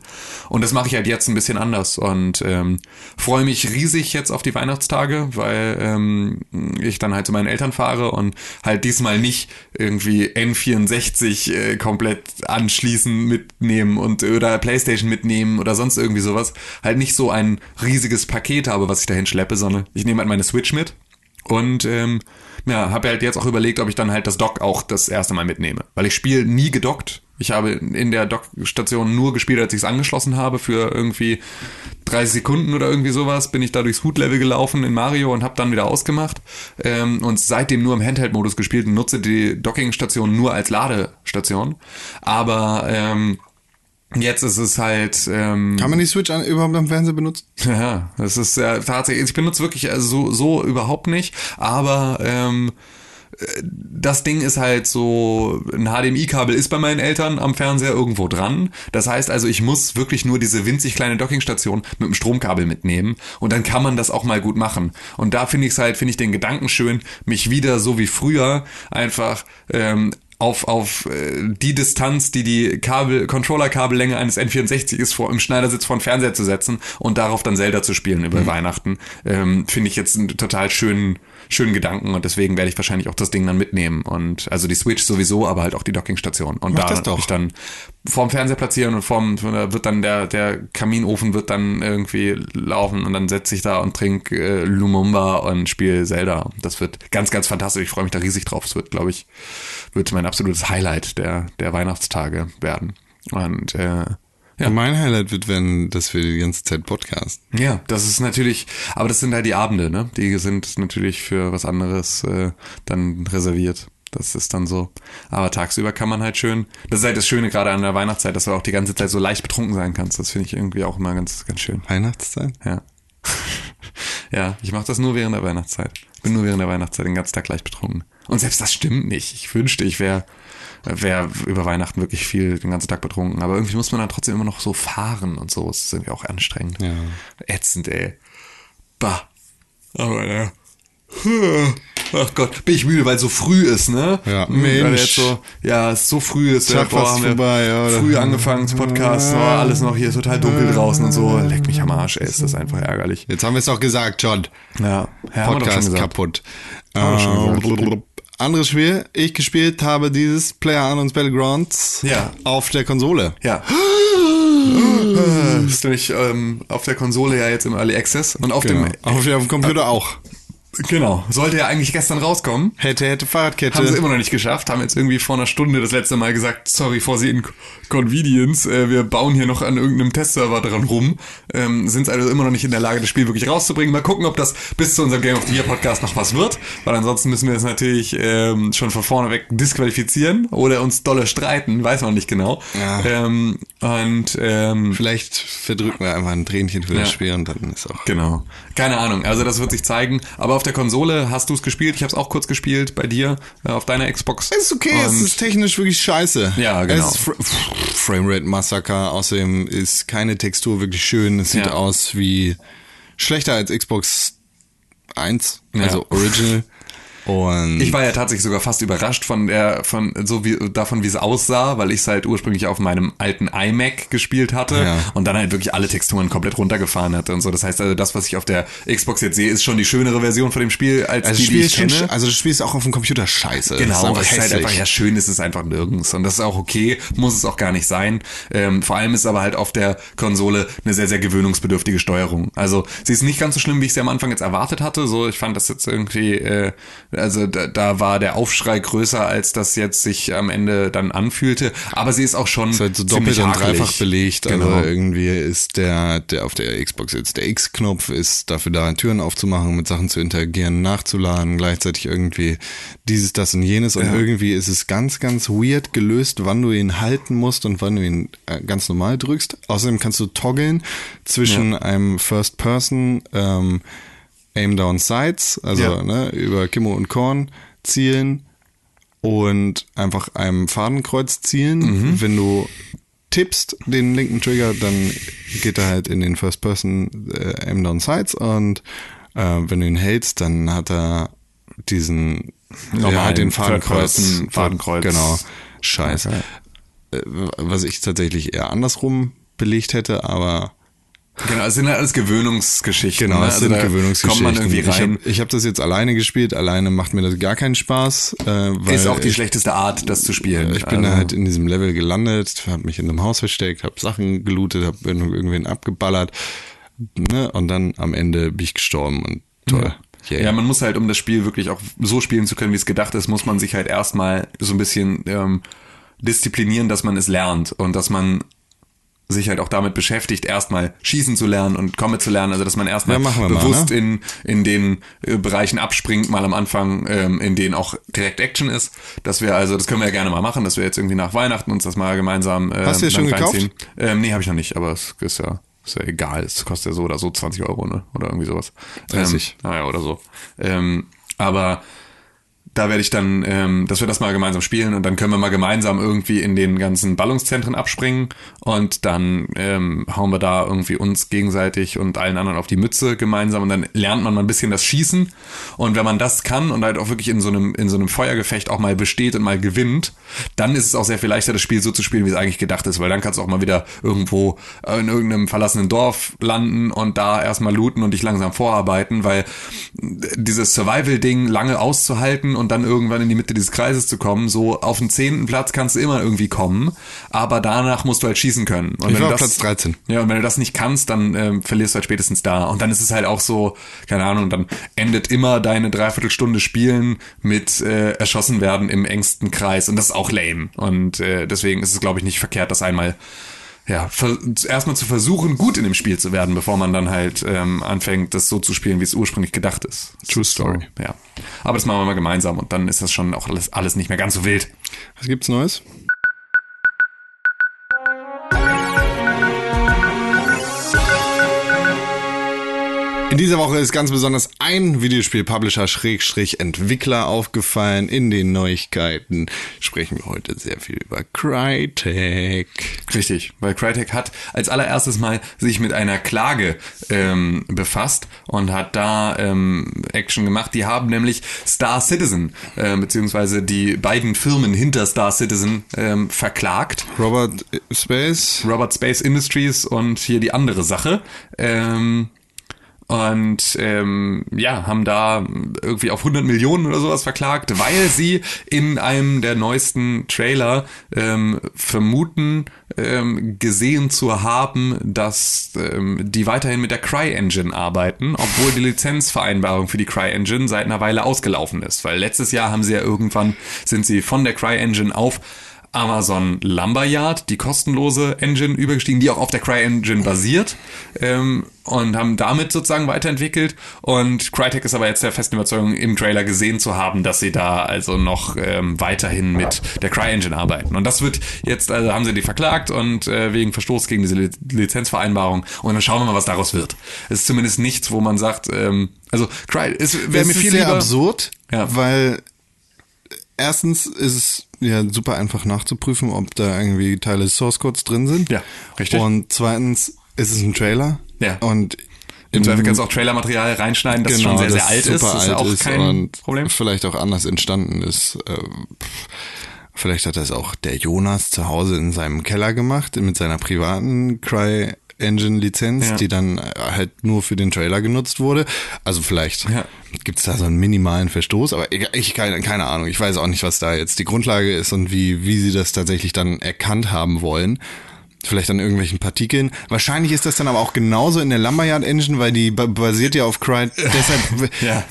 Speaker 3: Und das mache ich halt jetzt ein bisschen anders und ähm, freue mich riesig jetzt auf die Weihnachtstage, weil ähm, ich dann halt zu meinen Eltern fahre und halt diesmal nicht irgendwie N64 äh, komplett anschließen, mitnehmen und oder Playstation mitnehmen oder sonst irgendwie sowas. Halt nicht so ein riesiges Paket habe, was ich dahin schleppe, sondern ich nehme halt meine Switch mit und ähm, ja, habe halt jetzt auch überlegt, ob ich dann halt das Dock auch das erste Mal mitnehme. Weil ich spiele nie gedockt. Ich habe in der Dockstation nur gespielt, als ich es angeschlossen habe. Für irgendwie 30 Sekunden oder irgendwie sowas bin ich da durchs Hut-Level gelaufen in Mario und habe dann wieder ausgemacht. Ähm, und seitdem nur im Handheld-Modus gespielt und nutze die Docking-Station nur als Ladestation. Aber ähm, jetzt ist es halt... Ähm,
Speaker 2: Kann man die Switch an, überhaupt am Fernseher benutzen?
Speaker 3: ja, das ist ja tatsächlich, ich benutze wirklich also so, so überhaupt nicht, aber ähm, äh, das Ding ist halt so, ein HDMI-Kabel ist bei meinen Eltern am Fernseher irgendwo dran. Das heißt also, ich muss wirklich nur diese winzig kleine Dockingstation mit einem Stromkabel mitnehmen und dann kann man das auch mal gut machen. Und da finde ich es halt, finde ich den Gedanken schön, mich wieder so wie früher einfach ähm, auf, auf äh, die Distanz, die die Kabel, Controller-Kabellänge eines N64 ist, vor, im Schneidersitz vor den Fernseher zu setzen und darauf dann Zelda zu spielen über
Speaker 2: Mhm.
Speaker 3: Weihnachten, ähm, finde ich jetzt einen total schönen, schönen Gedanken und deswegen werde ich wahrscheinlich auch das Ding dann mitnehmen und also die Switch sowieso, aber halt auch die Dockingstation und
Speaker 2: Mach
Speaker 3: da
Speaker 2: das doch.
Speaker 3: mich dann vorm Fernseher platzieren und vorm, da wird dann der, der Kaminofen wird dann irgendwie laufen und dann setze ich da und trink äh, Lumumba und spiele Zelda. Das wird ganz, ganz fantastisch. Ich freue mich da riesig drauf. Es wird, glaube ich, wird mein absolutes Highlight der, der Weihnachtstage werden. Und äh, Ja.
Speaker 2: Mein Highlight wird werden, dass wir die ganze Zeit Podcast.
Speaker 3: Ja, das ist natürlich, aber das sind halt die Abende, ne? Die sind natürlich für was anderes äh, dann reserviert. Das ist dann so. Aber tagsüber kann man halt schön. Das ist halt das Schöne gerade an der Weihnachtszeit, dass du auch die ganze Zeit so leicht betrunken sein kannst. Das finde ich irgendwie auch immer ganz, ganz schön.
Speaker 2: Weihnachtszeit?
Speaker 3: Ja. ja, ich mache das nur während der Weihnachtszeit. Ich bin nur während der Weihnachtszeit den ganzen Tag leicht betrunken. Und selbst das stimmt nicht. Ich wünschte, ich wäre wär über Weihnachten wirklich viel den ganzen Tag betrunken. Aber irgendwie muss man dann trotzdem immer noch so fahren und so. Das ist irgendwie auch anstrengend.
Speaker 2: Ja.
Speaker 3: Ätzend, ey. Bah. Aber ja. Ach Gott, bin ich müde, weil es so früh ist, ne?
Speaker 2: Ja.
Speaker 3: Mhm, weil
Speaker 2: Mensch.
Speaker 3: Jetzt so, ja, es ist so früh ist.
Speaker 2: Tag
Speaker 3: ja,
Speaker 2: fast
Speaker 3: haben wir
Speaker 2: vorbei, oder?
Speaker 3: Früh angefangen zu podcasten, oh, alles noch hier total dunkel draußen und so. Leck mich am Arsch, ey, ist das einfach ärgerlich.
Speaker 2: Jetzt haben wir es doch gesagt, John.
Speaker 3: Ja, ja haben wir doch schon
Speaker 2: Podcast
Speaker 3: gesagt.
Speaker 2: kaputt.
Speaker 3: wir schon
Speaker 2: Ähm,
Speaker 3: gesagt.
Speaker 2: blablabla. anderes Spiel. Ich gespielt habe dieses Player Unknowns Battlegrounds
Speaker 3: Ja.
Speaker 2: auf der Konsole.
Speaker 3: Ja. Ist nämlich ähm, auf der Konsole ja jetzt im Early Access und auf
Speaker 2: Genau.
Speaker 3: dem
Speaker 2: Auf dem Computer auch.
Speaker 3: genau sollte ja eigentlich gestern rauskommen.
Speaker 2: Hätte, hätte Fahrradkette.
Speaker 3: Haben sie immer noch nicht geschafft, haben jetzt irgendwie vor einer Stunde das letzte Mal gesagt, sorry for the inconvenience, äh, wir bauen hier noch an irgendeinem Testserver dran rum, ähm, sind also immer noch nicht in der Lage, das Spiel wirklich rauszubringen. Mal gucken, ob das bis zu unserem Game of the Year Podcast noch was wird, weil ansonsten müssen wir es natürlich ähm, schon von vorne weg disqualifizieren oder uns dolle streiten, weiß man nicht genau.
Speaker 2: Ja.
Speaker 3: Ähm, und ähm,
Speaker 2: Vielleicht verdrücken wir einfach ein Tränchen für das
Speaker 3: Ja.
Speaker 2: Spiel und dann ist auch.
Speaker 3: Genau. Keine Ahnung, also das wird sich zeigen. Aber auf der Konsole hast du es gespielt, ich habe es auch kurz gespielt bei dir, äh, auf deiner Xbox.
Speaker 2: Ist okay, es
Speaker 3: Und-
Speaker 2: ist technisch wirklich scheiße.
Speaker 3: Ja, genau.
Speaker 2: Es ist Fra Pff, Framerate-Massaker, außerdem ist keine Textur wirklich schön. Es sieht
Speaker 3: Ja.
Speaker 2: aus wie schlechter als Xbox 1,
Speaker 3: Ja.
Speaker 2: also Original. Und
Speaker 3: Ich war ja tatsächlich sogar fast überrascht von der, von so wie davon, wie es aussah, weil ich es halt ursprünglich auf meinem alten iMac gespielt hatte
Speaker 2: Ja.
Speaker 3: und dann halt wirklich alle Texturen komplett runtergefahren hatte und so. Das heißt also, das, was ich auf der Xbox jetzt sehe, ist schon die schönere Version von dem Spiel als
Speaker 2: also,
Speaker 3: die,
Speaker 2: das
Speaker 3: die
Speaker 2: Spiel
Speaker 3: ich
Speaker 2: ist schon,
Speaker 3: kenne.
Speaker 2: sch- also das Spiel ist auch auf dem Computer scheiße. es ist
Speaker 3: Genau,
Speaker 2: einfach
Speaker 3: es ist halt
Speaker 2: hässlich.
Speaker 3: einfach, ja, schön ist es einfach nirgends. Und das ist auch okay, muss es auch gar nicht sein. Ähm, vor allem ist aber halt auf der Konsole eine sehr, sehr gewöhnungsbedürftige Steuerung. Also sie ist nicht ganz so schlimm, wie ich sie am Anfang jetzt erwartet hatte. So, ich fand das jetzt irgendwie, äh, also da, da war der Aufschrei größer, als das jetzt sich am Ende dann anfühlte. Aber sie ist auch schon
Speaker 2: ist halt so
Speaker 3: ziemlich
Speaker 2: doppelt und
Speaker 3: hakelig.
Speaker 2: dreifach belegt.
Speaker 3: Genau.
Speaker 2: Also irgendwie ist der, der auf der Xbox jetzt der X-Knopf ist dafür da, Türen aufzumachen, mit Sachen zu interagieren, nachzuladen, gleichzeitig irgendwie dieses, das und jenes. Und
Speaker 3: Ja.
Speaker 2: irgendwie ist es ganz, ganz weird gelöst, wann du ihn halten musst und wann du ihn äh, ganz normal drückst. Außerdem kannst du toggeln zwischen einem First Person, ähm, Aim Down Sights, also
Speaker 3: Ja.
Speaker 2: ne, über Kimmo und Korn zielen und einfach einem Fadenkreuz zielen.
Speaker 3: Mhm.
Speaker 2: Wenn du tippst den linken Trigger, dann geht er halt in den First Person äh, Aim Down Sights und äh, wenn du ihn hältst, dann hat er diesen
Speaker 3: Normalen
Speaker 2: ja, halt den Fadenkreuz.
Speaker 3: Third-Person Fadenkreuz.
Speaker 2: Genau. Scheiße.
Speaker 3: Okay.
Speaker 2: Äh, Was ich tatsächlich eher andersrum belegt hätte, aber
Speaker 3: Genau, es sind halt alles Gewöhnungsgeschichten.
Speaker 2: Genau,
Speaker 3: ne?
Speaker 2: es sind
Speaker 3: da
Speaker 2: Gewöhnungsgeschichten.
Speaker 3: Kommt man irgendwie rein.
Speaker 2: Ich habe ich hab das jetzt alleine gespielt. Alleine macht mir das gar keinen Spaß. Äh, weil
Speaker 3: ist auch die
Speaker 2: ich,
Speaker 3: schlechteste Art, das zu spielen.
Speaker 2: ich bin
Speaker 3: Also-
Speaker 2: halt in diesem Level gelandet, habe mich in einem Haus versteckt, habe Sachen gelootet, habe irgendwen abgeballert. Ne? Und dann am Ende bin ich gestorben und toll. Yay.
Speaker 3: Ja, man muss halt, um das Spiel wirklich auch so spielen zu können, wie es gedacht ist, muss man sich halt erstmal so ein bisschen ähm, disziplinieren, dass man es lernt und dass man sich halt auch damit beschäftigt, erstmal schießen zu lernen und Komme zu lernen, also dass man erstmal
Speaker 2: Ja, machen wir mal,
Speaker 3: bewusst
Speaker 2: ne?
Speaker 3: in, in den äh, Bereichen abspringt, mal am Anfang, ähm, in denen auch direkt Action ist, dass wir also, das können wir ja gerne mal machen, dass wir jetzt irgendwie nach Weihnachten uns das mal gemeinsam äh,
Speaker 2: Hast du dir
Speaker 3: dann
Speaker 2: schon gekauft?
Speaker 3: reinziehen. Ähm, nee, habe ich noch nicht, aber es ist ja, ist ja egal. Es kostet ja so oder so 20 Euro, ne? Oder irgendwie sowas.
Speaker 2: 30.
Speaker 3: Ähm, naja, oder so. Ähm, aber da werde ich dann, ähm, dass wir das mal gemeinsam spielen und dann können wir mal gemeinsam irgendwie in den ganzen Ballungszentren abspringen und dann ähm, hauen wir da irgendwie uns gegenseitig und allen anderen auf die Mütze gemeinsam und dann lernt man mal ein bisschen das Schießen und wenn man das kann und halt auch wirklich in so einem in so einem Feuergefecht auch mal besteht und mal gewinnt, dann ist es auch sehr viel leichter das Spiel so zu spielen, wie es eigentlich gedacht ist, weil dann kannst du auch mal wieder irgendwo äh, in irgendeinem verlassenen Dorf landen und da erstmal looten und dich langsam vorarbeiten, weil äh, dieses Survival-Ding lange auszuhalten und dann irgendwann in die Mitte dieses Kreises zu kommen. So auf den zehnten Platz kannst du immer irgendwie kommen, aber danach musst du halt schießen können. Und
Speaker 2: Ich
Speaker 3: wenn
Speaker 2: war
Speaker 3: du
Speaker 2: auf Platz 13.
Speaker 3: Ja, und wenn du das nicht kannst, dann ähm, verlierst du halt spätestens da. Und dann ist es halt auch so, keine Ahnung, dann endet immer deine Dreiviertelstunde Spielen mit äh, erschossen werden im engsten Kreis. Und das ist auch lame. Und äh, deswegen ist es, glaube ich, nicht verkehrt, das einmal ja, ver- erstmal zu versuchen, gut in dem Spiel zu werden, bevor man dann halt ähm, anfängt, das so zu spielen, wie es ursprünglich gedacht ist.
Speaker 2: True story.
Speaker 3: Ja. Aber das machen wir mal gemeinsam und dann ist das schon auch alles, alles nicht mehr ganz so wild.
Speaker 2: Was gibt's Neues? In dieser Woche ist ganz besonders ein Videospiel-Publisher Schrägstrich Entwickler aufgefallen. In den Neuigkeiten sprechen wir heute sehr viel über Crytek.
Speaker 3: Richtig, weil Crytek hat als allererstes mal sich mit einer Klage ähm, befasst und hat da ähm, Action gemacht. Die haben nämlich Star Citizen, äh, beziehungsweise die beiden Firmen hinter Star Citizen ähm, verklagt.
Speaker 2: Robert Space?
Speaker 3: Robert äh, Space Industries und hier die andere Sache. Ähm, und ähm, ja, haben da irgendwie auf 100 Millionen oder sowas verklagt, weil sie in einem der neuesten Trailer ähm, vermuten, ähm, gesehen zu haben, dass ähm, die weiterhin mit der Cry-Engine arbeiten, obwohl die Lizenzvereinbarung für die Cry-Engine seit einer Weile ausgelaufen ist. Weil letztes Jahr haben sie ja irgendwann, sind sie von der Cry-Engine auf Amazon Lumberyard, die kostenlose Engine, übergestiegen, die auch auf der CryEngine basiert ähm, und haben damit sozusagen weiterentwickelt. Und Crytek ist aber jetzt der festen Überzeugung, im Trailer gesehen zu haben, dass sie da also noch ähm, weiterhin mit der CryEngine arbeiten. Und das wird jetzt, also haben sie die verklagt und äh, wegen Verstoß gegen diese Li- Lizenzvereinbarung. Und dann schauen wir mal, was daraus wird. Es ist zumindest nichts, wo man sagt, ähm, also Cry, es wäre
Speaker 2: Das
Speaker 3: mir
Speaker 2: ist
Speaker 3: viel
Speaker 2: sehr
Speaker 3: lieber...
Speaker 2: absurd,
Speaker 3: Ja.
Speaker 2: weil äh, erstens ist es ja super einfach nachzuprüfen, ob da irgendwie Teile des Source Codes drin sind.
Speaker 3: Ja, richtig.
Speaker 2: Und zweitens ist es ein Trailer.
Speaker 3: Ja.
Speaker 2: Und
Speaker 3: Im Zweifel kannst du auch Trailermaterial reinschneiden, das schon sehr, sehr alt ist.
Speaker 2: super
Speaker 3: Das ist ja auch
Speaker 2: alt Mhm. Genau, ist
Speaker 3: kein
Speaker 2: und
Speaker 3: Problem.
Speaker 2: vielleicht auch anders entstanden ist. Ähm, pff, Vielleicht hat das auch der Jonas zu Hause in seinem Keller gemacht, mit seiner privaten Cry Engine Lizenz,
Speaker 3: Ja.
Speaker 2: die dann äh, halt nur für den Trailer genutzt wurde. Also vielleicht
Speaker 3: Ja.
Speaker 2: gibt's da so einen minimalen Verstoß, aber ich, ich keine, keine Ahnung. Ich weiß auch nicht, was da jetzt die Grundlage ist und wie, wie sie das tatsächlich dann erkannt haben wollen. Vielleicht an irgendwelchen Partikeln. Wahrscheinlich ist das dann aber auch genauso in der Lumberyard Engine, weil die ba- basiert ja auf Cry. Deshalb
Speaker 3: Ja,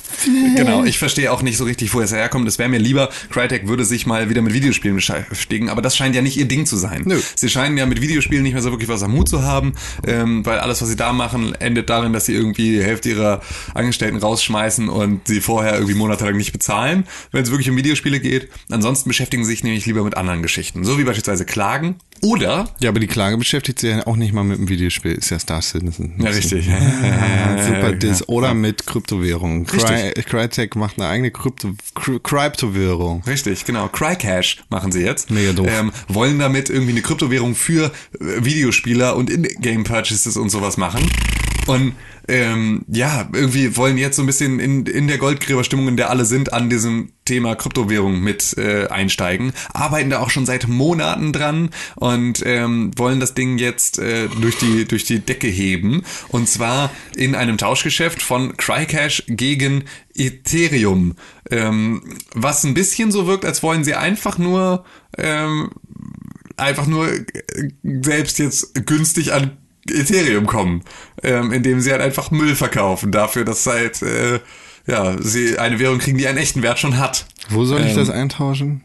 Speaker 3: genau. Ich verstehe auch nicht so richtig, wo es herkommt. Es wäre mir lieber, Crytek würde sich mal wieder mit Videospielen beschäftigen, aber das scheint ja nicht ihr Ding zu sein.
Speaker 2: Nö.
Speaker 3: Sie scheinen ja mit Videospielen nicht mehr so wirklich was am Hut zu haben, ähm, weil alles, was sie da machen, endet darin, dass sie irgendwie die Hälfte ihrer Angestellten rausschmeißen und sie vorher irgendwie monatelang nicht bezahlen, wenn es wirklich um Videospiele geht. Ansonsten beschäftigen sie sich nämlich lieber mit anderen Geschichten, so wie beispielsweise Klagen oder
Speaker 2: Ja, aber die Klage beschäftigt sich ja auch nicht mal mit dem Videospiel, ist ja Star Citizen.
Speaker 3: Ja, richtig.
Speaker 2: Ja, Super Diss. Oder mit Kryptowährungen. Cry,
Speaker 3: Richtig.
Speaker 2: Crytek macht eine eigene Krypto, Kry- Kryptowährung.
Speaker 3: Richtig, genau. Crycash machen sie jetzt.
Speaker 2: Mega doof.
Speaker 3: Ähm, wollen damit irgendwie eine Kryptowährung für äh, Videospieler und In-Game-Purchases und sowas machen. Und ähm, ja, irgendwie wollen jetzt so ein bisschen in, in der Goldgräberstimmung, in der alle sind, an diesem Thema Kryptowährung mit äh, einsteigen. Arbeiten da auch schon seit Monaten dran und ähm, wollen das Ding jetzt äh, durch, die, durch die Decke heben. Und zwar in einem Tauschgeschäft von Crycash gegen Ethereum. Ähm, was ein bisschen so wirkt, als wollen sie einfach nur ähm, einfach nur äh, selbst jetzt günstig an Ethereum kommen, ähm, indem sie halt einfach Müll verkaufen dafür, dass halt äh, ja sie eine Währung kriegen, die einen echten Wert schon hat.
Speaker 2: Wo soll
Speaker 3: Ähm,
Speaker 2: ich das eintauschen?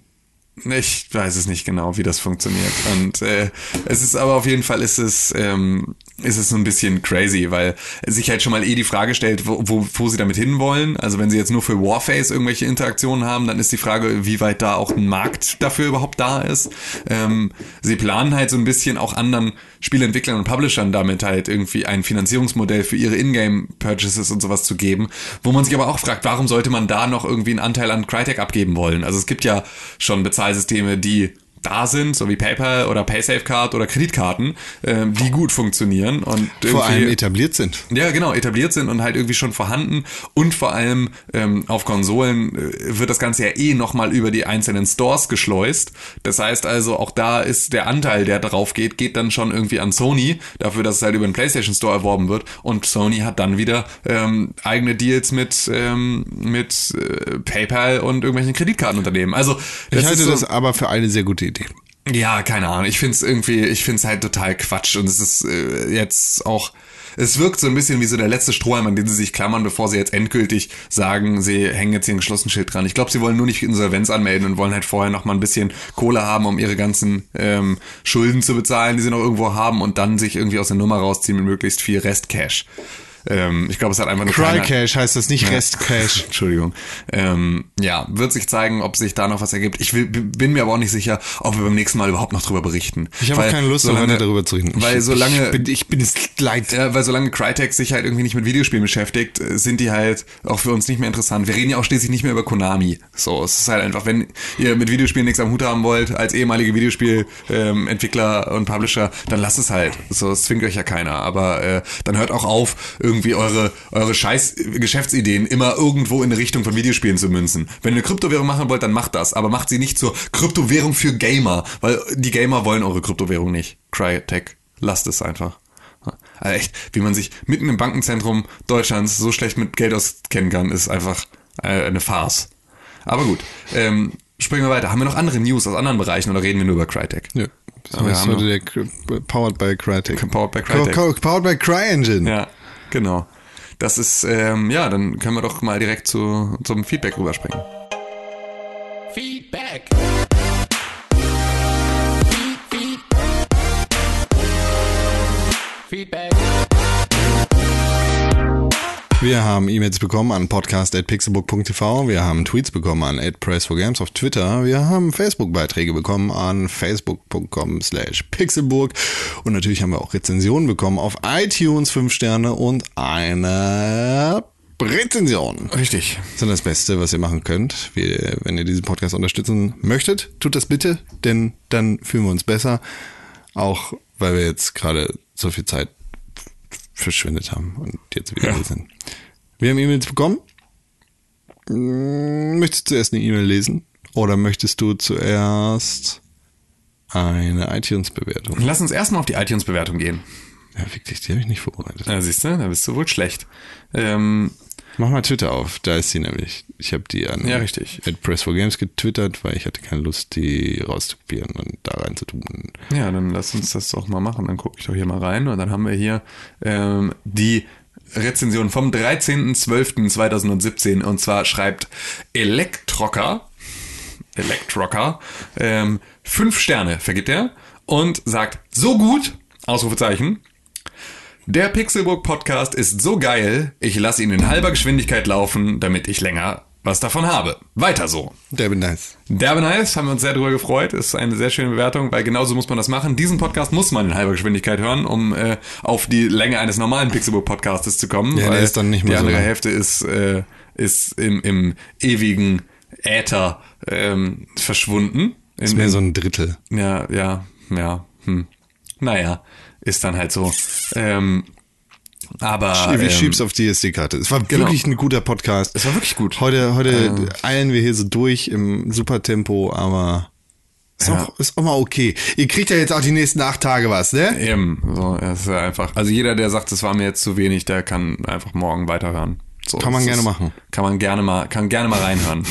Speaker 3: Ich weiß es nicht genau, wie das funktioniert. Und äh, es ist aber auf jeden Fall ist es ähm, ist es so ein bisschen crazy, weil sich halt schon mal eh die Frage stellt, wo, wo, wo sie damit hinwollen. Also wenn sie jetzt nur für Warface irgendwelche Interaktionen haben, dann ist die Frage, wie weit da auch ein Markt dafür überhaupt da ist. Ähm, sie planen halt so ein bisschen auch anderen Spieleentwicklern und Publishern damit halt irgendwie ein Finanzierungsmodell für ihre Ingame-Purchases und sowas zu geben, wo man sich aber auch fragt, warum sollte man da noch irgendwie einen Anteil an Crytek abgeben wollen? Also es gibt ja schon Bezahlsysteme, die da sind, so wie PayPal oder PaySafeCard oder Kreditkarten, ähm, die gut funktionieren und
Speaker 2: Vor allem
Speaker 3: irgendwie-
Speaker 2: etabliert sind.
Speaker 3: ja, genau, etabliert sind und halt irgendwie schon vorhanden. Und vor allem ähm, auf Konsolen äh, wird das Ganze ja eh nochmal über die einzelnen Stores geschleust. Das heißt also, auch da ist der Anteil, der drauf geht, geht dann schon irgendwie an Sony, dafür, dass es halt über den PlayStation Store erworben wird. Und Sony hat dann wieder ähm, eigene Deals mit, ähm, mit äh, PayPal und irgendwelchen Kreditkartenunternehmen. Also das
Speaker 2: Ich halte
Speaker 3: ist so,
Speaker 2: das aber für eine sehr gute Idee.
Speaker 3: ja, keine Ahnung. Ich find's irgendwie, ich find's halt total Quatsch und es ist äh, jetzt auch es wirkt so ein bisschen wie so der letzte Strohhalm, an den sie sich klammern, bevor sie jetzt endgültig sagen, sie hängen jetzt hier ein geschlossenes Schild dran. Ich glaube, sie wollen nur nicht Insolvenz anmelden und wollen halt vorher noch mal ein bisschen Kohle haben, um ihre ganzen ähm, Schulden zu bezahlen, die sie noch irgendwo haben und dann sich irgendwie aus der Nummer rausziehen mit möglichst viel Restcash. Ähm, ich glaube, es hat einfach nur
Speaker 2: Cry
Speaker 3: keiner-
Speaker 2: Cash heißt das, nicht
Speaker 3: ja.
Speaker 2: Rest Cash.
Speaker 3: Entschuldigung. Ähm, ja, wird sich zeigen, ob sich da noch was ergibt. Ich will, bin mir aber auch nicht sicher, ob wir beim nächsten Mal überhaupt noch drüber berichten.
Speaker 2: Ich habe auch
Speaker 3: Weil
Speaker 2: keine Lust, noch
Speaker 3: solange-
Speaker 2: weiter darüber zu reden.
Speaker 3: Weil
Speaker 2: Ich-
Speaker 3: solange
Speaker 2: Ich bin, ich bin es leid.
Speaker 3: ja, weil solange Crytek sich halt irgendwie nicht mit Videospielen beschäftigt, äh, sind die halt auch für uns nicht mehr interessant. Wir reden ja auch schließlich nicht mehr über Konami. So, es ist halt einfach, wenn ihr mit Videospielen nichts am Hut haben wollt, als ehemalige Videospielentwickler ähm, und Publisher, dann lasst es halt. So, es zwingt euch ja keiner. Aber äh, dann hört auch auf, irgendwie eure, eure scheiß Geschäftsideen immer irgendwo in eine Richtung von Videospielen zu münzen. Wenn ihr eine Kryptowährung machen wollt, dann macht das. Aber macht sie nicht zur Kryptowährung für Gamer, weil die Gamer wollen eure Kryptowährung nicht. Crytek, lasst es einfach. Also echt, wie man sich mitten im Bankenzentrum Deutschlands so schlecht mit Geld auskennen kann, ist einfach äh, eine Farce. Aber gut, ähm, springen wir weiter. Haben wir noch andere News aus anderen Bereichen oder reden wir nur über Crytek?
Speaker 2: Nö.
Speaker 3: Aber wir
Speaker 2: Das
Speaker 3: haben
Speaker 2: war
Speaker 3: noch,
Speaker 2: der Cry- Powered by Crytek.
Speaker 3: Powered by Crytek.
Speaker 2: Co- co- Powered by CryEngine.
Speaker 3: ja, genau. Das ist, ähm, ja, dann können wir doch mal direkt zu, zum Feedback rüberspringen.
Speaker 4: Feedback. Feed, feedback.
Speaker 2: Wir haben E-Mails bekommen an podcast.pixelbook.tv. Wir haben Tweets bekommen an @press4games auf Twitter. Wir haben Facebook-Beiträge bekommen an facebook.com slash pixelburg. Und natürlich haben wir auch Rezensionen bekommen auf iTunes, 5 Sterne und eine Rezension.
Speaker 3: Richtig.
Speaker 2: Das ist das Beste, was ihr machen könnt. Wir, wenn ihr diesen Podcast unterstützen möchtet, tut das bitte, denn dann fühlen wir uns besser. Auch weil wir jetzt gerade so viel Zeit verschwendet haben und jetzt wieder hier sind. Wir haben E-Mails bekommen. Mm, Möchtest du zuerst eine E-Mail lesen? Oder möchtest du zuerst eine iTunes-Bewertung?
Speaker 3: Lass uns erstmal auf die iTunes-Bewertung gehen.
Speaker 2: Ja, wirklich, die habe ich nicht vorbereitet.
Speaker 3: Ja, siehst du, da bist du wohl schlecht. Ähm,
Speaker 2: Mach mal Twitter auf, da ist sie nämlich. Ich habe die an
Speaker 3: Ja, richtig.
Speaker 2: at Press4Games getwittert, weil ich hatte keine Lust, die rauszukopieren und da reinzutun.
Speaker 3: Ja, dann lass uns das doch mal machen. Dann gucke ich doch hier mal rein und dann haben wir hier ähm, die Rezension vom 13.12.2017 und zwar schreibt Elektrocker, Elektrocker, ähm, fünf Sterne vergibt er und sagt, so gut, Ausrufezeichen, der Pixelburg Podcast ist so geil, ich lasse ihn in halber Geschwindigkeit laufen, damit ich länger was davon habe. Weiter so.
Speaker 2: Derbe nice.
Speaker 3: Derbe nice, haben wir uns sehr darüber gefreut. Ist eine sehr schöne Bewertung, weil genauso muss man das machen. Diesen Podcast muss man in halber Geschwindigkeit hören, um äh, auf die Länge eines normalen Pixelbook-Podcastes zu kommen.
Speaker 2: Ja, der
Speaker 3: weil
Speaker 2: ist dann nicht mehr
Speaker 3: Die
Speaker 2: so
Speaker 3: andere
Speaker 2: lang.
Speaker 3: Hälfte ist, äh, ist im, im ewigen Äther ähm, verschwunden.
Speaker 2: Ist
Speaker 3: In-
Speaker 2: mehr so ein Drittel.
Speaker 3: ja, ja, ja. Hm. Naja, ist dann halt so. Ähm, aber
Speaker 2: Wie
Speaker 3: ähm, Genau.
Speaker 2: schieb's auf die SD-Karte. Es war wirklich ein guter Podcast.
Speaker 3: Es war wirklich gut. Ähm.
Speaker 2: Heute, heute eilen wir hier so durch im Supertempo, aber ist,
Speaker 3: Ja.
Speaker 2: auch, ist auch mal okay. Ihr kriegt ja jetzt auch die nächsten acht Tage was, ne?
Speaker 3: Eben, so, es ist ja einfach. Also jeder, der sagt, es war mir jetzt zu wenig, der kann einfach morgen weiterhören. So,
Speaker 2: Kann man
Speaker 3: es
Speaker 2: gerne
Speaker 3: ist,
Speaker 2: machen.
Speaker 3: Kann man gerne mal, kann gerne mal reinhören.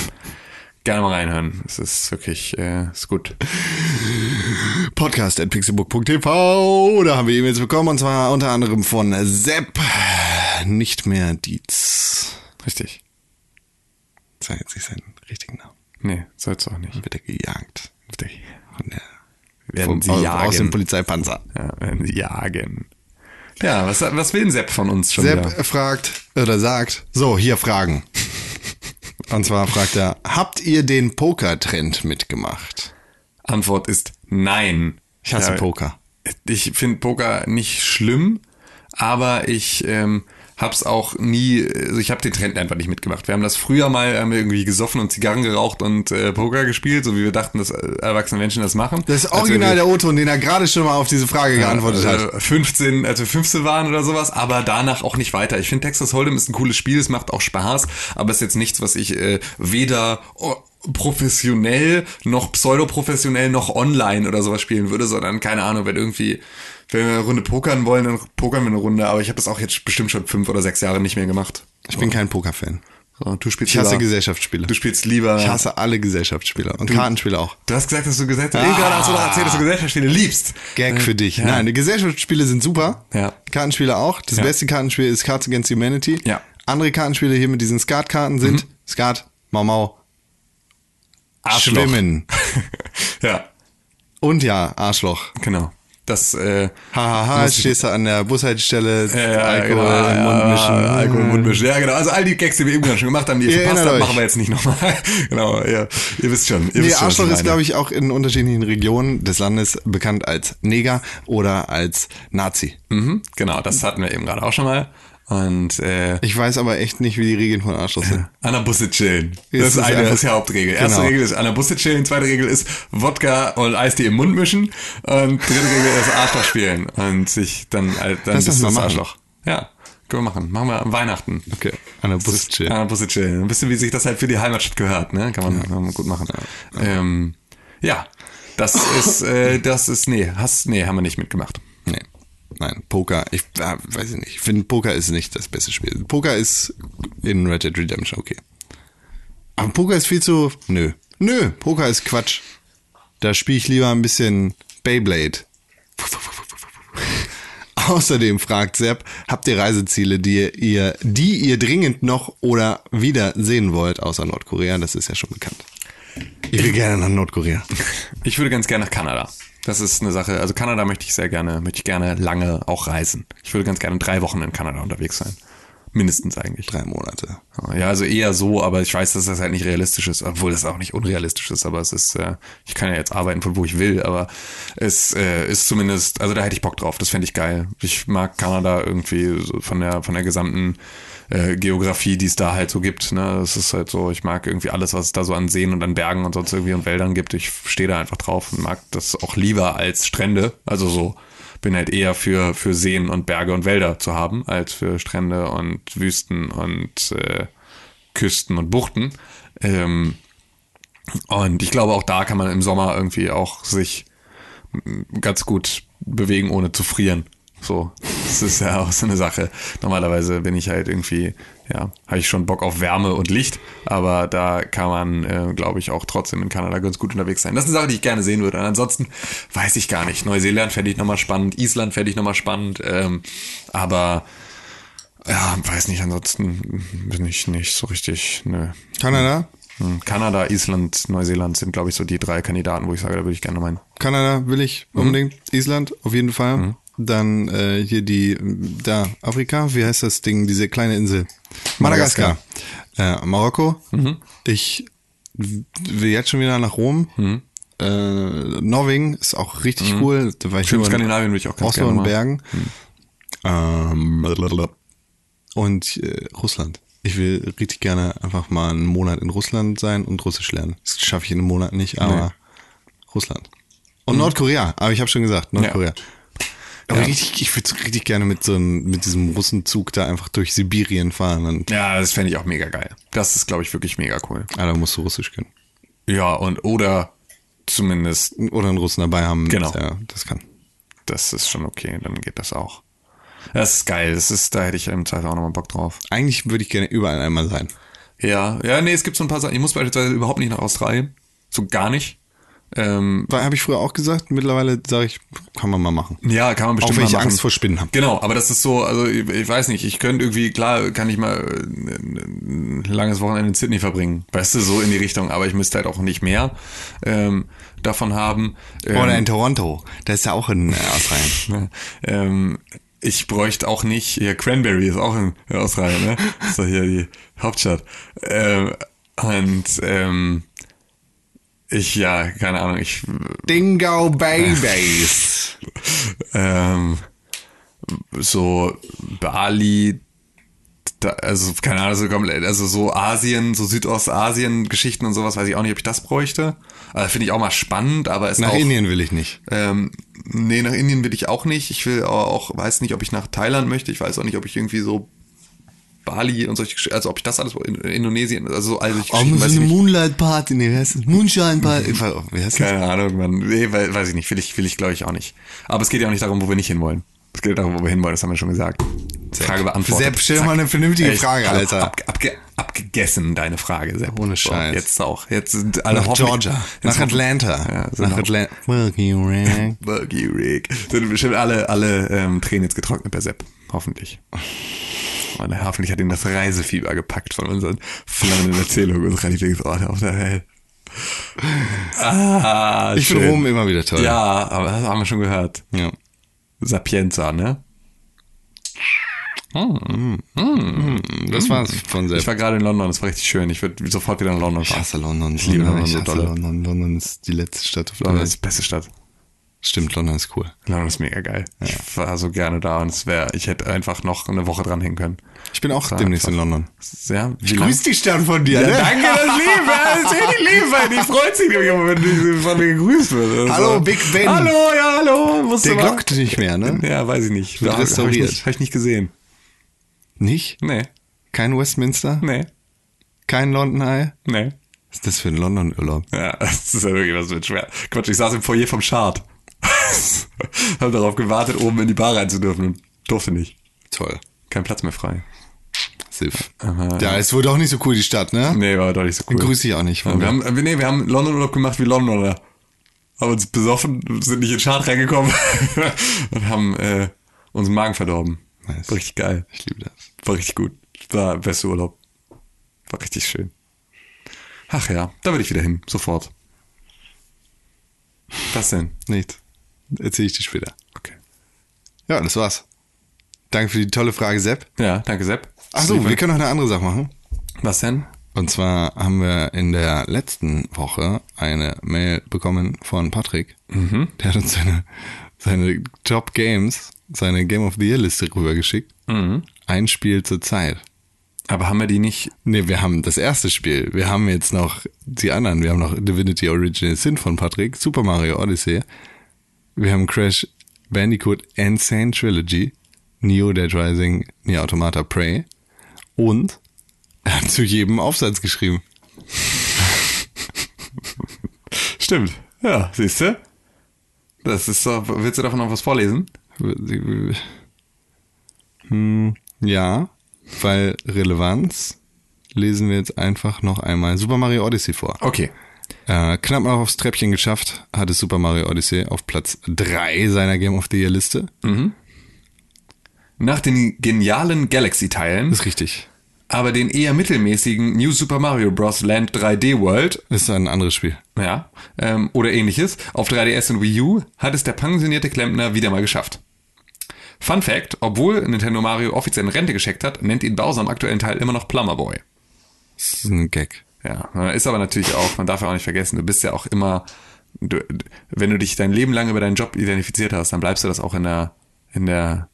Speaker 3: gerne mal reinhören. Es ist wirklich, äh, ist gut.
Speaker 2: Podcast at pixelbook.tv. Da haben wir E-Mails bekommen und zwar unter anderem von Sepp. Nicht mehr Dietz.
Speaker 3: Richtig.
Speaker 2: Sag jetzt nicht seinen richtigen Namen.
Speaker 3: Nee, soll's auch nicht.
Speaker 2: Wird er gejagt. Wird er von der,
Speaker 3: Werden sie
Speaker 2: aus- aus dem
Speaker 3: jagen.
Speaker 2: Polizeipanzer.
Speaker 3: Ja, werden sie jagen. Ja, was, was will ein Sepp von uns schon
Speaker 2: Sepp
Speaker 3: wieder?
Speaker 2: fragt oder sagt, so, hier Fragen. Und zwar fragt er, habt ihr den Poker-Trend mitgemacht?
Speaker 3: Antwort ist nein.
Speaker 2: Ich hasse
Speaker 3: Ja,
Speaker 2: Poker.
Speaker 3: ich finde Poker nicht schlimm, aber ich ähm, hab's auch nie, also ich habe den Trend einfach nicht mitgemacht. Wir haben das früher mal haben wir irgendwie gesoffen und Zigarren geraucht und äh, Poker gespielt, so wie wir dachten, dass äh, erwachsene Menschen das machen.
Speaker 2: Das ist
Speaker 3: Als wir
Speaker 2: original
Speaker 3: Also die-
Speaker 2: der Otto, den er gerade schon mal auf diese Frage geantwortet hat.
Speaker 3: äh, 15, als wir 15 waren oder sowas, aber danach auch nicht weiter. Ich finde Texas Hold'em ist ein cooles Spiel, es macht auch Spaß, aber ist jetzt nichts, was ich äh, weder oh, professionell noch pseudoprofessionell noch online oder sowas spielen würde, sondern keine Ahnung, wenn irgendwie wenn wir eine Runde pokern wollen, dann pokern wir eine Runde, aber ich habe das auch jetzt bestimmt schon fünf oder sechs Jahre nicht mehr gemacht.
Speaker 2: Ich bin kein Poker-Fan.
Speaker 3: sondern du spielst
Speaker 2: Ich hasse
Speaker 3: lieber,
Speaker 2: Gesellschaftsspiele.
Speaker 3: Du spielst lieber.
Speaker 2: Ich hasse alle Gesellschaftsspiele und Kartenspiele auch.
Speaker 3: Du hast gesagt, dass du gesagt hast,
Speaker 2: Ah.
Speaker 3: eben gerade hast du doch erzählt, dass du Gesellschaftsspiele liebst.
Speaker 2: Gag für dich.
Speaker 3: Ja.
Speaker 2: Nein, die Gesellschaftsspiele sind super.
Speaker 3: Ja.
Speaker 2: Kartenspiele auch. Das
Speaker 3: Ja.
Speaker 2: beste Kartenspiel ist Cards Against Humanity.
Speaker 3: Ja. Mhm.
Speaker 2: Andere Kartenspiele hier mit diesen Skat-Karten sind Skat, Mau Mau,
Speaker 3: Arschloch.
Speaker 2: Schwimmen.
Speaker 3: ja,
Speaker 2: Und ja, Arschloch.
Speaker 3: genau. Das, äh,
Speaker 2: Hahaha,
Speaker 3: Muss ich-
Speaker 2: stehst du an der Bushaltestelle,
Speaker 3: Ja,
Speaker 2: Alkohol
Speaker 3: genau,
Speaker 2: im
Speaker 3: ja,
Speaker 2: Mund mischen.
Speaker 3: Alkohol im Mund mischen. Ja, genau. Also all die Gags, die wir eben gerade schon gemacht haben, die ihr
Speaker 2: Ihr
Speaker 3: verpasst
Speaker 2: erinnert
Speaker 3: habt,
Speaker 2: euch.
Speaker 3: machen wir jetzt nicht nochmal. genau, ja. Ihr wisst schon. Ihr
Speaker 2: Nee,
Speaker 3: wisst schon, was
Speaker 2: Arschloch
Speaker 3: ich
Speaker 2: ist,
Speaker 3: meine.
Speaker 2: glaube ich, auch in unterschiedlichen Regionen des Landes bekannt als Neger oder als Nazi.
Speaker 3: Mhm, genau, das hatten wir eben gerade auch schon mal. Und äh,
Speaker 2: Ich weiß aber echt nicht, wie die Regeln von Arschloch sind.
Speaker 3: an der Busse chillen. Das
Speaker 2: Es
Speaker 3: ist,
Speaker 2: ist
Speaker 3: eine,
Speaker 2: einfach-
Speaker 3: das ist ja Hauptregel. Erste
Speaker 2: Genau.
Speaker 3: Regel ist an der Busse chillen, zweite Regel ist Wodka und Eistee im Mund mischen und dritte Regel ist Arschloch spielen und sich dann, äh, dann
Speaker 2: Lass das
Speaker 3: bist du
Speaker 2: mal
Speaker 3: das
Speaker 2: machen.
Speaker 3: Arschloch. Ja, können wir machen. Machen wir an Weihnachten.
Speaker 2: Okay. An der Bus
Speaker 3: Busse chillen. An der Busse Ah, chillen. Ein bisschen wie sich das halt für die Heimatstadt gehört, ne? Kann man ähm, gut machen. Ja, ähm, ja. das ist, äh, das ist, nee, hast, nee, haben wir nicht mitgemacht.
Speaker 2: Nee. Nein, Poker, ich äh, weiß ich nicht. Ich finde, Poker ist nicht das beste Spiel. Poker ist in Red Dead Redemption okay. Aber Poker ist viel zu. Nö. Nö, Poker ist Quatsch. Da spiele ich lieber ein bisschen Beyblade. Außerdem fragt Sepp, habt ihr Reiseziele, die ihr, die ihr dringend noch oder wieder sehen wollt, außer Nordkorea? Das ist ja schon bekannt. Ich will gerne nach Nordkorea.
Speaker 3: Ich würde ganz gerne nach Kanada. Das ist eine Sache. Also Kanada möchte ich sehr gerne, möchte ich gerne lange auch reisen. Ich würde ganz gerne drei Wochen in Kanada unterwegs sein. Mindestens eigentlich.
Speaker 2: Drei Monate.
Speaker 3: Ja, also eher so, aber ich weiß, dass das halt nicht realistisch ist, obwohl das auch nicht unrealistisch ist, aber es ist, äh, ich kann ja jetzt arbeiten von wo ich will, aber es äh, ist zumindest, also da hätte ich Bock drauf, das fände ich geil. Ich mag Kanada irgendwie so von der, von der gesamten äh, Geografie, die es da halt so gibt. Ne? Es ist halt so, ich mag irgendwie alles, was es da so an Seen und an Bergen und sonst irgendwie und Wäldern gibt. Ich stehe da einfach drauf und mag das auch lieber als Strände. Also so bin halt eher für, für Seen und Berge und Wälder zu haben, als für Strände und Wüsten und äh, Küsten und Buchten. Ähm, und ich glaube, auch da kann man im Sommer irgendwie auch sich m, ganz gut bewegen, ohne zu frieren. So, das ist ja auch so eine Sache. Normalerweise bin ich halt irgendwie, ja, habe ich schon Bock auf Wärme und Licht, aber da kann man, äh, glaube ich, auch trotzdem in Kanada ganz gut unterwegs sein. Das ist eine Sache, die ich gerne sehen würde. Und ansonsten weiß ich gar nicht. Neuseeland fände ich nochmal spannend, Island fände ich nochmal spannend, ähm, aber ja, weiß nicht, ansonsten bin ich nicht so richtig, ne,
Speaker 2: Kanada?
Speaker 3: hm, Kanada, Island, Neuseeland sind, glaube ich, so die drei Kandidaten, wo ich sage, da würde ich gerne meinen.
Speaker 2: Kanada will ich
Speaker 3: Mhm.
Speaker 2: unbedingt. Island auf jeden Fall. Dann äh, hier die, da, Afrika, wie heißt das Ding, diese kleine Insel? Madagaskar. Äh, Marokko.
Speaker 3: Mhm.
Speaker 2: Ich w- will jetzt schon wieder nach Rom.
Speaker 3: Mhm.
Speaker 2: Äh, Norwegen ist auch richtig cool. Da war ich
Speaker 3: Schön,
Speaker 2: nur in
Speaker 3: Skandinavien würde ich auch ganz
Speaker 2: Oslo
Speaker 3: gerne
Speaker 2: und
Speaker 3: mal. Hm.
Speaker 2: Bergen. Ähm, blablabla. und äh, Russland. Ich will richtig gerne einfach mal einen Monat in Russland sein und Russisch lernen. Das schaffe ich in einem Monat nicht, aber Russland. Und Nordkorea, aber ich habe schon gesagt, Nordkorea. Aber
Speaker 3: Hm. Ja.
Speaker 2: richtig, ich würde richtig gerne mit so einem, mit diesem Russenzug da einfach durch Sibirien fahren. Und,
Speaker 3: Ja, das fände ich auch mega geil. Das ist, glaube ich, wirklich mega cool.
Speaker 2: ah, da musst du Russisch können.
Speaker 3: Ja, und oder zumindest,
Speaker 2: Oder einen Russen dabei haben.
Speaker 3: Genau.
Speaker 2: Der, das kann.
Speaker 3: das ist schon okay, dann geht das auch. Das ist geil, das ist, da hätte ich im Zweifel auch nochmal Bock drauf.
Speaker 2: Eigentlich würde ich gerne überall einmal sein.
Speaker 3: Ja, ja, nee, es gibt so ein paar Sachen. Ich muss beispielsweise überhaupt nicht nach Australien. So gar nicht. Ähm,
Speaker 2: Habe ich früher auch gesagt. Mittlerweile sage ich, kann man mal machen.
Speaker 3: Ja, kann man bestimmt
Speaker 2: Auch wenn
Speaker 3: mal
Speaker 2: ich
Speaker 3: machen.
Speaker 2: Angst vor Spinnen habe.
Speaker 3: Genau, aber das ist so, also ich, ich weiß nicht, ich könnte irgendwie, klar, kann ich mal äh, ein langes Wochenende in Sydney verbringen, weißt du, so in die Richtung, aber ich müsste halt auch nicht mehr ähm, davon haben. Ähm,
Speaker 2: Oder in Toronto. Da ist ja auch in äh, Australien.
Speaker 3: ähm, ich bräuchte auch nicht, ja, Cranberry ist auch in Australien, ne? Ist doch hier die Hauptstadt. Ähm, und ähm, ich, ja, keine Ahnung, ich
Speaker 2: Dingo Babies.
Speaker 3: ähm, so Bali, da, also keine Ahnung, so komplett, also so Asien, so Südostasien-Geschichten und sowas, weiß ich auch nicht, ob ich das bräuchte. Also, Finde ich auch mal spannend, aber ist
Speaker 2: Nach
Speaker 3: auch,
Speaker 2: Indien will ich nicht.
Speaker 3: Ähm, nee, nach Indien will ich auch nicht. Ich will aber auch, weiß nicht, ob ich nach Thailand möchte. Ich weiß auch nicht, ob ich irgendwie so Bali und solche, Gesch- also ob ich das alles in, in Indonesien, also so all solche
Speaker 2: Oh,
Speaker 3: Geschichten,
Speaker 2: so
Speaker 3: weiß ich
Speaker 2: eine
Speaker 3: nicht.
Speaker 2: Moonlight Party, nee, wie heißt das? Moonshine Party. Wie heißt das?
Speaker 3: Keine Ahnung, man. Nee, wei- weiß ich nicht. Will ich, will ich glaube ich auch nicht. Aber es geht ja auch nicht darum, wo wir nicht hinwollen. Es geht darum, wo wir hinwollen, das haben wir schon gesagt.
Speaker 2: Prozent.
Speaker 3: Frage beantwortet.
Speaker 2: Sepp, stell doch mal eine vernünftige Frage,
Speaker 3: hab
Speaker 2: Alter.
Speaker 3: Ab, abge, abgegessen, deine Frage, Sepp.
Speaker 2: Ohne
Speaker 3: So,
Speaker 2: Scheiß.
Speaker 3: jetzt auch. Jetzt sind alle
Speaker 2: Nach
Speaker 3: hoffentlich-
Speaker 2: Georgia.
Speaker 3: Jetzt
Speaker 2: Nach
Speaker 3: hoffen-
Speaker 2: Atlanta.
Speaker 3: Ja,
Speaker 2: Nach
Speaker 3: Atlanta.
Speaker 2: Atlanta. Fuck you, Rick.
Speaker 3: Buggy Rick. Sind bestimmt alle, alle ähm, Tränen jetzt getrocknet bei Sepp. Hoffentlich. Und hoffentlich hat ihn das Reisefieber gepackt von unseren flammenden Erzählungen unserer Lieblingsorte auf der Welt. Ah,
Speaker 2: Ich finde
Speaker 3: schön.
Speaker 2: Rom immer wieder toll.
Speaker 3: Ja, aber das haben wir schon gehört.
Speaker 2: ja.
Speaker 3: Sapienza, ne?
Speaker 2: Das war's von Sepp.
Speaker 3: Ich war gerade in London, das war richtig schön. Ich würde sofort wieder nach London
Speaker 2: Ich
Speaker 3: fahren.
Speaker 2: hasse London. Ich
Speaker 3: liebe London
Speaker 2: Ich
Speaker 3: so
Speaker 2: hasse
Speaker 3: dolle.
Speaker 2: London. London ist die letzte Stadt auf der
Speaker 3: London ist
Speaker 2: Welt.
Speaker 3: die beste Stadt.
Speaker 2: Stimmt, London ist cool.
Speaker 3: London ist mega geil. Ich war so gerne da und es wäre, ich hätte einfach noch eine Woche dranhängen können.
Speaker 2: Ich bin auch
Speaker 3: War
Speaker 2: demnächst
Speaker 3: einfach-
Speaker 2: in London.
Speaker 3: Ja, wie lang-
Speaker 2: die Stadt von dir, ne?
Speaker 3: Ja, danke, das Liebe. Das ist die Liebe. Die freut sich nämlich immer, wenn die von mir gegrüßt wird. Also,
Speaker 2: Hallo, Big Ben.
Speaker 3: Hallo, ja, hallo. Musst
Speaker 2: Der
Speaker 3: du mal-
Speaker 2: glockt nicht mehr, ne?
Speaker 3: Ja, weiß ich nicht.
Speaker 2: Wird
Speaker 3: Hab- Hab ich
Speaker 2: restauriert.
Speaker 3: nicht, hab ich nicht gesehen.
Speaker 2: Nicht?
Speaker 3: Nee,
Speaker 2: Kein Westminster?
Speaker 3: nee,
Speaker 2: Kein London Eye?
Speaker 3: nee.
Speaker 2: Was ist das für ein London-Urlaub?
Speaker 3: Ja, das ist ja wirklich, das wird schwer. Quatsch, ich saß im Foyer vom Chart. Hab darauf gewartet, oben in die Bar rein zu dürfen und durfte nicht.
Speaker 2: Toll.
Speaker 3: Kein Platz mehr frei.
Speaker 2: Siff. Ja, ist wohl doch nicht so cool, die Stadt, ne?
Speaker 3: Nee, war doch nicht so cool.
Speaker 2: Den grüße ich auch nicht.
Speaker 3: Ja, wir haben, äh, nee, wir haben London-Urlaub gemacht wie Londoner. Haben uns besoffen, sind nicht in den Chart reingekommen und haben äh, uns den Magen verdorben.
Speaker 2: Nice.
Speaker 3: War richtig geil.
Speaker 2: ich liebe das.
Speaker 3: War richtig gut. War der beste Urlaub. War richtig schön. Ach ja, da will ich wieder hin. Sofort. Was denn?
Speaker 2: Nicht. Erzähle ich dir später.
Speaker 3: Okay.
Speaker 2: Ja, das war's. Danke für die tolle Frage, Sepp.
Speaker 3: Ja, danke, Sepp.
Speaker 2: Achso, wir
Speaker 3: Lieber-
Speaker 2: können noch eine andere Sache machen.
Speaker 3: Was denn?
Speaker 2: Und zwar haben wir in der letzten Woche eine Mail bekommen von Patrick.
Speaker 3: Mhm.
Speaker 2: Der hat uns seine, seine Top Games, seine Game of the Year Liste rübergeschickt.
Speaker 3: Mhm.
Speaker 2: Ein Spiel zur Zeit.
Speaker 3: Aber haben wir die nicht?
Speaker 2: Nee, wir haben das erste Spiel. Wir haben jetzt noch die anderen. Wir haben noch Divinity Original Sin von Patrick, Super Mario Odyssey. Wir haben Crash Bandicoot Insane Trilogy, Neo Dead Rising, Neo Automata Prey und er hat zu jedem Aufsatz geschrieben.
Speaker 3: Stimmt. Ja, siehst du? Das ist doch. Willst du davon noch was vorlesen?
Speaker 2: Hm, ja, weil Relevanz lesen wir jetzt einfach noch einmal Super Mario Odyssey vor.
Speaker 3: Okay.
Speaker 2: Äh, knapp noch aufs Treppchen geschafft, hatte Super Mario Odyssey auf Platz 3 seiner Game of the Year Liste.
Speaker 3: Mhm. Nach den genialen Galaxy-Teilen,
Speaker 2: Ist richtig.
Speaker 3: aber den eher mittelmäßigen New Super Mario Bros. Land 3D World,
Speaker 2: Ist ein anderes Spiel.
Speaker 3: ja, ähm, oder ähnliches, auf 3DS und Wii U, hat es der pensionierte Klempner wieder mal geschafft. Fun Fact, obwohl Nintendo Mario offiziell in Rente gescheckt hat, nennt ihn Bowser im aktuellen Teil immer noch Plumberboy.
Speaker 2: Das ist ein Gag.
Speaker 3: Ja, ist aber natürlich auch, man darf ja auch nicht vergessen, du bist ja auch immer, du, wenn du dich dein Leben lang über deinen Job identifiziert hast, dann bleibst du das auch in der, in der,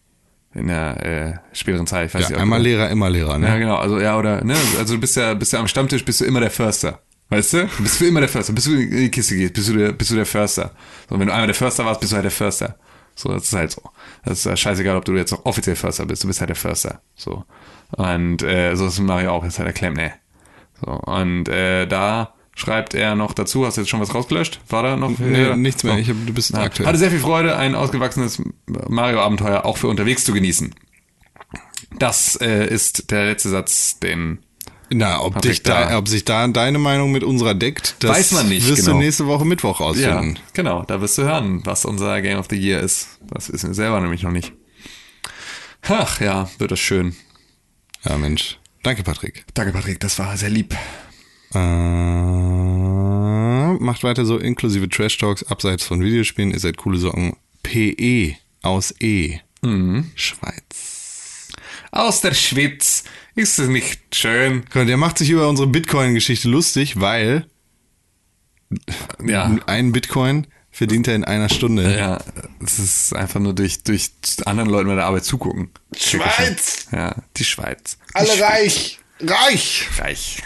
Speaker 3: in der äh, späteren Zeit. Ich weiß
Speaker 2: Ja,
Speaker 3: nicht, ob
Speaker 2: einmal
Speaker 3: du-
Speaker 2: Lehrer, immer Lehrer, ne?
Speaker 3: Ja, genau. Also, ja, oder, ne? Also, du bist ja, bist ja am Stammtisch, bist du immer der Förster. Weißt du? Du bist für immer der Förster. Bist du in die Kiste gehst, bist du der, bist du der Förster. So, und wenn du einmal der Förster warst, bist du halt der Förster. So, das ist halt so. Das ist ja scheißegal, ob du jetzt noch offiziell Förster bist. Du bist halt der Förster. So. Und, äh, so ist Mario auch. Ist halt der Klempner. So. Und, äh, da schreibt er noch dazu. Hast du jetzt schon was rausgelöscht? War da noch?
Speaker 2: Nee,
Speaker 3: Ja.
Speaker 2: nichts mehr.
Speaker 3: So.
Speaker 2: Ich hab, du bist
Speaker 3: Ja.
Speaker 2: aktuell.
Speaker 3: Hatte sehr viel Freude, ein ausgewachsenes Mario-Abenteuer auch für unterwegs zu genießen. Das äh, ist der letzte Satz, den
Speaker 2: Na, ob,
Speaker 3: Patrick
Speaker 2: dich da,
Speaker 3: da.
Speaker 2: ob sich da deine Meinung mit unserer deckt, das
Speaker 3: Weiß man nicht,
Speaker 2: wirst
Speaker 3: genau.
Speaker 2: du nächste Woche Mittwoch rausfinden.
Speaker 3: genau, da wirst du hören, was unser Game of the Year ist. Das wissen wir selber nämlich noch nicht. Ach ja, wird das schön.
Speaker 2: Ja, Mensch. Danke, Patrick.
Speaker 3: Danke, Patrick, das war sehr lieb.
Speaker 2: Äh, macht weiter so inklusive Trash Talks abseits von Videospielen. Ihr seid coole Socken. PE aus E.
Speaker 3: Mhm.
Speaker 2: Schweiz.
Speaker 3: Aus der Schweiz ist es nicht schön.
Speaker 2: Gott, Der macht sich über unsere Bitcoin-Geschichte lustig, weil
Speaker 3: Ja,
Speaker 2: einen Bitcoin verdient er in einer Stunde.
Speaker 3: Ah. ja, es ist einfach nur durch, durch anderen Leuten bei der Arbeit zugucken.
Speaker 2: Schweiz!
Speaker 3: Ja, die Schweiz.
Speaker 2: Alle reich! Reich!
Speaker 3: Reich.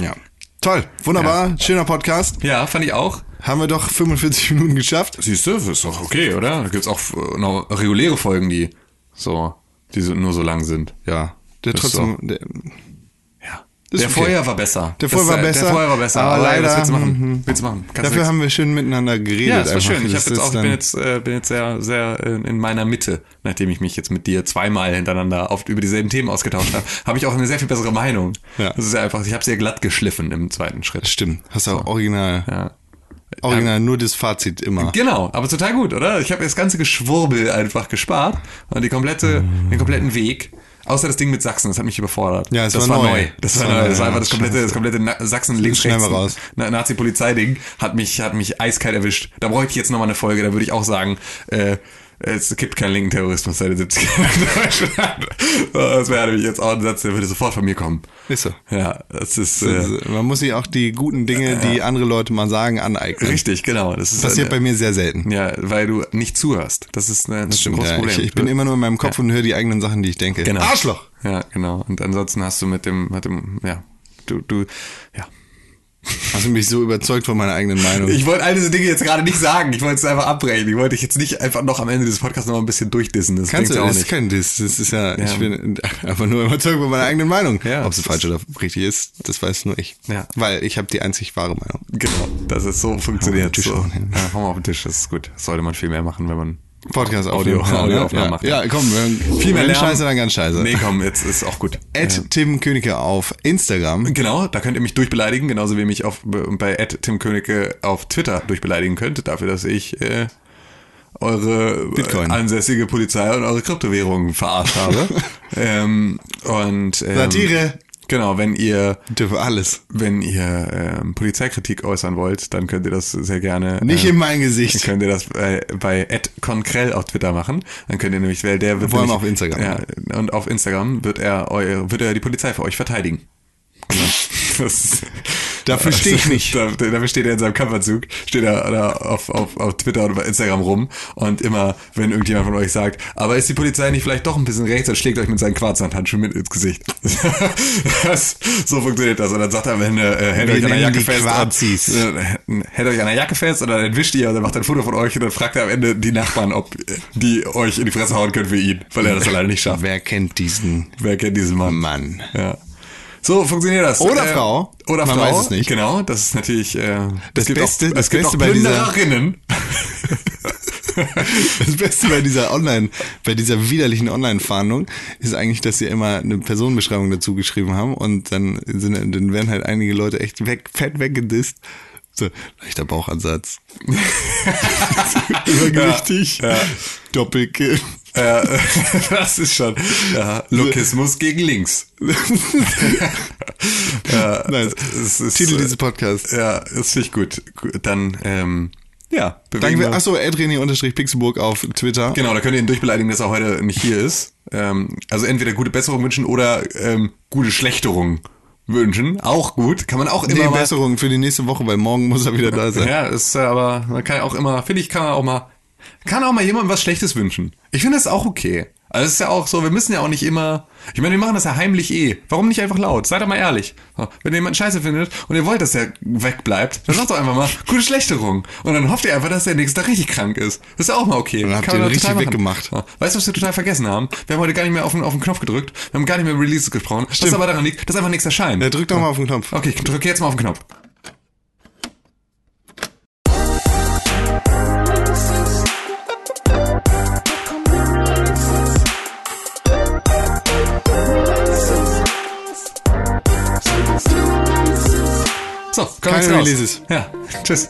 Speaker 2: Ja. Toll, wunderbar, schöner Podcast.
Speaker 3: Ja, fand ich auch.
Speaker 2: Haben wir doch 45 Minuten geschafft.
Speaker 3: Siehst du, ist doch okay, oder? Da gibt's auch äh, noch reguläre Folgen, die so, die so, nur so lang sind.
Speaker 2: Ja, der
Speaker 3: Das ist
Speaker 2: trotzdem, der,
Speaker 3: Ja.
Speaker 2: Ist
Speaker 3: Der
Speaker 2: okay.
Speaker 3: vorher war besser.
Speaker 2: Der
Speaker 3: Das,
Speaker 2: vorher war
Speaker 3: äh,
Speaker 2: besser.
Speaker 3: Der vorher war besser.
Speaker 2: Aber
Speaker 3: Aber, leider, das
Speaker 2: leider-
Speaker 3: willst du
Speaker 2: mhm.
Speaker 3: machen. Willst du machen. Kannst du
Speaker 2: Dafür
Speaker 3: nichts.
Speaker 2: haben wir schön miteinander geredet.
Speaker 3: ja, das war
Speaker 2: einfach.
Speaker 3: schön. Ich
Speaker 2: Das
Speaker 3: hab jetzt
Speaker 2: ist
Speaker 3: auch, ich
Speaker 2: dann-
Speaker 3: bin jetzt, äh, bin jetzt sehr, sehr äh, in meiner Mitte, nachdem ich mich jetzt mit dir zweimal hintereinander oft über dieselben Themen ausgetauscht habe, habe ich auch eine sehr viel bessere Meinung.
Speaker 2: Ja.
Speaker 3: Das ist ja einfach, ich habe sehr glatt geschliffen im zweiten Schritt.
Speaker 2: Stimmt, hast auch original.
Speaker 3: Ja.
Speaker 2: Original, nur das Fazit immer.
Speaker 3: Genau, aber total gut, oder? Ich habe das ganze Geschwurbel einfach gespart und die komplette, den kompletten Weg. Außer das Ding mit Sachsen, das hat mich überfordert.
Speaker 2: Ja, es
Speaker 3: das
Speaker 2: war neu.
Speaker 3: Das war neu. Das war einfach das komplette, das komplette Na Sachsen links
Speaker 2: schneiden
Speaker 3: rechts.
Speaker 2: wir raus.
Speaker 3: Na- Nazi-Polizei-Ding hat mich, hat mich eiskalt erwischt. Da bräuchte ich jetzt nochmal eine Folge, da würde ich auch sagen, äh, es gibt keinen linken Terrorismus seit den 70ern in Deutschland. So, Das wäre nämlich jetzt auch ein Satz, der würde sofort von mir kommen.
Speaker 2: Ist so.
Speaker 3: Ja, das ist äh,
Speaker 2: Man muss sich auch die guten Dinge, die andere Leute mal sagen, aneignen.
Speaker 3: richtig, genau. Das ist
Speaker 2: äh, Passiert bei mir sehr selten.
Speaker 3: Ja, weil du nicht zuhörst. Das ist eine, das ist ein großes
Speaker 2: ja, ich,
Speaker 3: Problem.
Speaker 2: ich bin
Speaker 3: Du-
Speaker 2: immer nur in meinem Kopf und höre die eigenen Sachen, die ich denke.
Speaker 3: genau.
Speaker 2: Arschloch!
Speaker 3: Ja, genau. Und ansonsten hast du mit dem, mit dem, ja, du, du, ja.
Speaker 2: Hast du mich so überzeugt von meiner eigenen Meinung?
Speaker 3: Ich wollte all diese Dinge jetzt gerade nicht sagen. Ich wollte es einfach abbrechen. Ich wollte dich jetzt nicht einfach noch am Ende des Podcasts noch mal ein bisschen durchdissen. Das
Speaker 2: Kannst
Speaker 3: bringt's
Speaker 2: du, das
Speaker 3: auch
Speaker 2: ist
Speaker 3: nicht.
Speaker 2: kein Diss. Das ist ja, ich bin einfach nur überzeugt von meiner eigenen Meinung.
Speaker 3: Ja.
Speaker 2: Ob sie falsch oder richtig ist, das weiß nur ich.
Speaker 3: Ja.
Speaker 2: Weil ich habe die einzig wahre Meinung.
Speaker 3: Genau. Das ist so funktioniert.
Speaker 2: Tisch
Speaker 3: so.
Speaker 2: hauen, ja.
Speaker 3: Ja, hau mal auf den Tisch. Das ist gut. Das sollte man viel mehr machen, wenn man
Speaker 2: Podcast
Speaker 3: Audio,
Speaker 2: aufnehmen, ja, ne?
Speaker 3: Audioaufnahmen
Speaker 2: ja.
Speaker 3: macht.
Speaker 2: Ja, komm, wenn,
Speaker 3: Viel mehr
Speaker 2: wenn
Speaker 3: Lärm.
Speaker 2: Scheiße, dann ganz Scheiße.
Speaker 3: Nee, komm, jetzt ist auch gut.
Speaker 2: At Tim Königke auf Instagram.
Speaker 3: Genau, da könnt ihr mich durchbeleidigen, genauso wie ihr mich auf, bei @timkönigke auf Twitter durchbeleidigen könnt, dafür, dass ich äh, eure
Speaker 2: Bitcoin.
Speaker 3: äh, ansässige Polizei und eure Kryptowährungen verarscht habe. ähm, und ähm,
Speaker 2: Satire.
Speaker 3: Genau, wenn ihr
Speaker 2: Für alles.
Speaker 3: wenn ihr ähm, Polizeikritik äußern wollt, dann könnt ihr das sehr gerne.
Speaker 2: Nicht
Speaker 3: äh,
Speaker 2: in mein Gesicht.
Speaker 3: Könnt ihr das bei, bei @konkrell auf Twitter machen? Dann könnt ihr nämlich, weil der wird
Speaker 2: Vor allem
Speaker 3: nämlich,
Speaker 2: auf Instagram.
Speaker 3: Ja, und auf Instagram wird er eu, wird er die Polizei für euch verteidigen. Genau. Das,
Speaker 2: Dafür steh ich nicht.
Speaker 3: Da, dafür steht er in seinem Kampfanzug, steht er da auf, auf, auf Twitter und bei Instagram rum und immer, wenn irgendjemand von euch sagt, aber ist die Polizei nicht vielleicht doch ein bisschen rechts, dann schlägt euch mit seinen Quarzhandhandschuhen mit ins Gesicht. das, so funktioniert das. Und dann sagt er, wenn äh, hält
Speaker 2: Wir
Speaker 3: euch an der
Speaker 2: nennen
Speaker 3: Jacke
Speaker 2: die
Speaker 3: fest.
Speaker 2: Quarzis.
Speaker 3: Äh, Hält euch an der Jacke fest und dann entwischt ihr und dann macht er ein Foto von euch und dann fragt er am Ende die Nachbarn, ob äh, die euch in die Fresse hauen können für ihn, weil er das alleine nicht schafft.
Speaker 2: Wer kennt diesen
Speaker 3: Wer kennt diesen Mann?
Speaker 2: Mann?
Speaker 3: Ja. So funktioniert das. Äh,
Speaker 2: Oder Frau.
Speaker 3: Oder
Speaker 2: Man
Speaker 3: Frau.
Speaker 2: weiß es nicht.
Speaker 3: Genau, das ist natürlich äh,
Speaker 2: Das
Speaker 3: es gibt
Speaker 2: Beste-
Speaker 3: Auch,
Speaker 2: das
Speaker 3: es gibt
Speaker 2: Beste
Speaker 3: auch
Speaker 2: bei dieser-
Speaker 3: Plündererinnen.
Speaker 2: Das Beste bei dieser Online, bei dieser widerlichen Online-Fahndung ist eigentlich, dass sie immer eine Personenbeschreibung dazu geschrieben haben und dann, sind, dann werden halt einige Leute echt weg, fett weggedisst. So, leichter Bauchansatz. Übergewichtig.
Speaker 3: Ja, ja.
Speaker 2: Doppelkill.
Speaker 3: Ja, das ist schon ja, Lokismus gegen links. ja,
Speaker 2: Nein,
Speaker 3: es ist,
Speaker 2: Titel
Speaker 3: äh,
Speaker 2: dieses Podcasts.
Speaker 3: Ja, das finde ich gut. Gut, Dann, ähm, ja, bewegen
Speaker 2: Danke.
Speaker 3: wir.
Speaker 2: Achso, Edreni-Pixelburg auf Twitter.
Speaker 3: Genau, da könnt ihr ihn durchbeleidigen, dass er heute nicht hier ist. Ähm, also entweder gute Besserung wünschen oder ähm, gute Schlechterung wünschen. Auch gut. Kann man auch immer
Speaker 2: Nee,
Speaker 3: mal.
Speaker 2: Besserung für die nächste Woche, weil morgen muss er wieder da sein.
Speaker 3: Ja, ist äh, aber, man kann ja auch immer, finde ich, kann man auch mal, kann auch mal jemandem was Schlechtes wünschen. Ich finde das auch okay. Also es ist ja auch so, wir müssen ja auch nicht immer, ich meine, wir machen das ja heimlich eh. Warum nicht einfach laut? Seid doch mal ehrlich. So, Wenn ihr jemanden scheiße findet und ihr wollt, dass der wegbleibt, dann sagt doch einfach mal, gute Schlechterung. Und dann hofft ihr einfach, dass der nächste Tag richtig krank ist. Das ist ja auch mal okay.
Speaker 2: Dann habt
Speaker 3: Kann
Speaker 2: ihr
Speaker 3: man
Speaker 2: ihn
Speaker 3: total
Speaker 2: richtig
Speaker 3: machen. Ja.
Speaker 2: weggemacht.
Speaker 3: Weißt du, was wir total vergessen haben? Wir haben heute gar nicht mehr auf den, auf den Knopf gedrückt. Wir haben gar nicht mehr über Releases gesprochen. Was aber daran liegt, dass einfach nichts erscheint.
Speaker 2: Ja, drück doch mal auf den Knopf.
Speaker 3: Okay, ich drücke jetzt mal auf den Knopf. So, komm
Speaker 2: Keine
Speaker 3: jetzt raus.
Speaker 2: Releases.
Speaker 3: Ja, tschüss.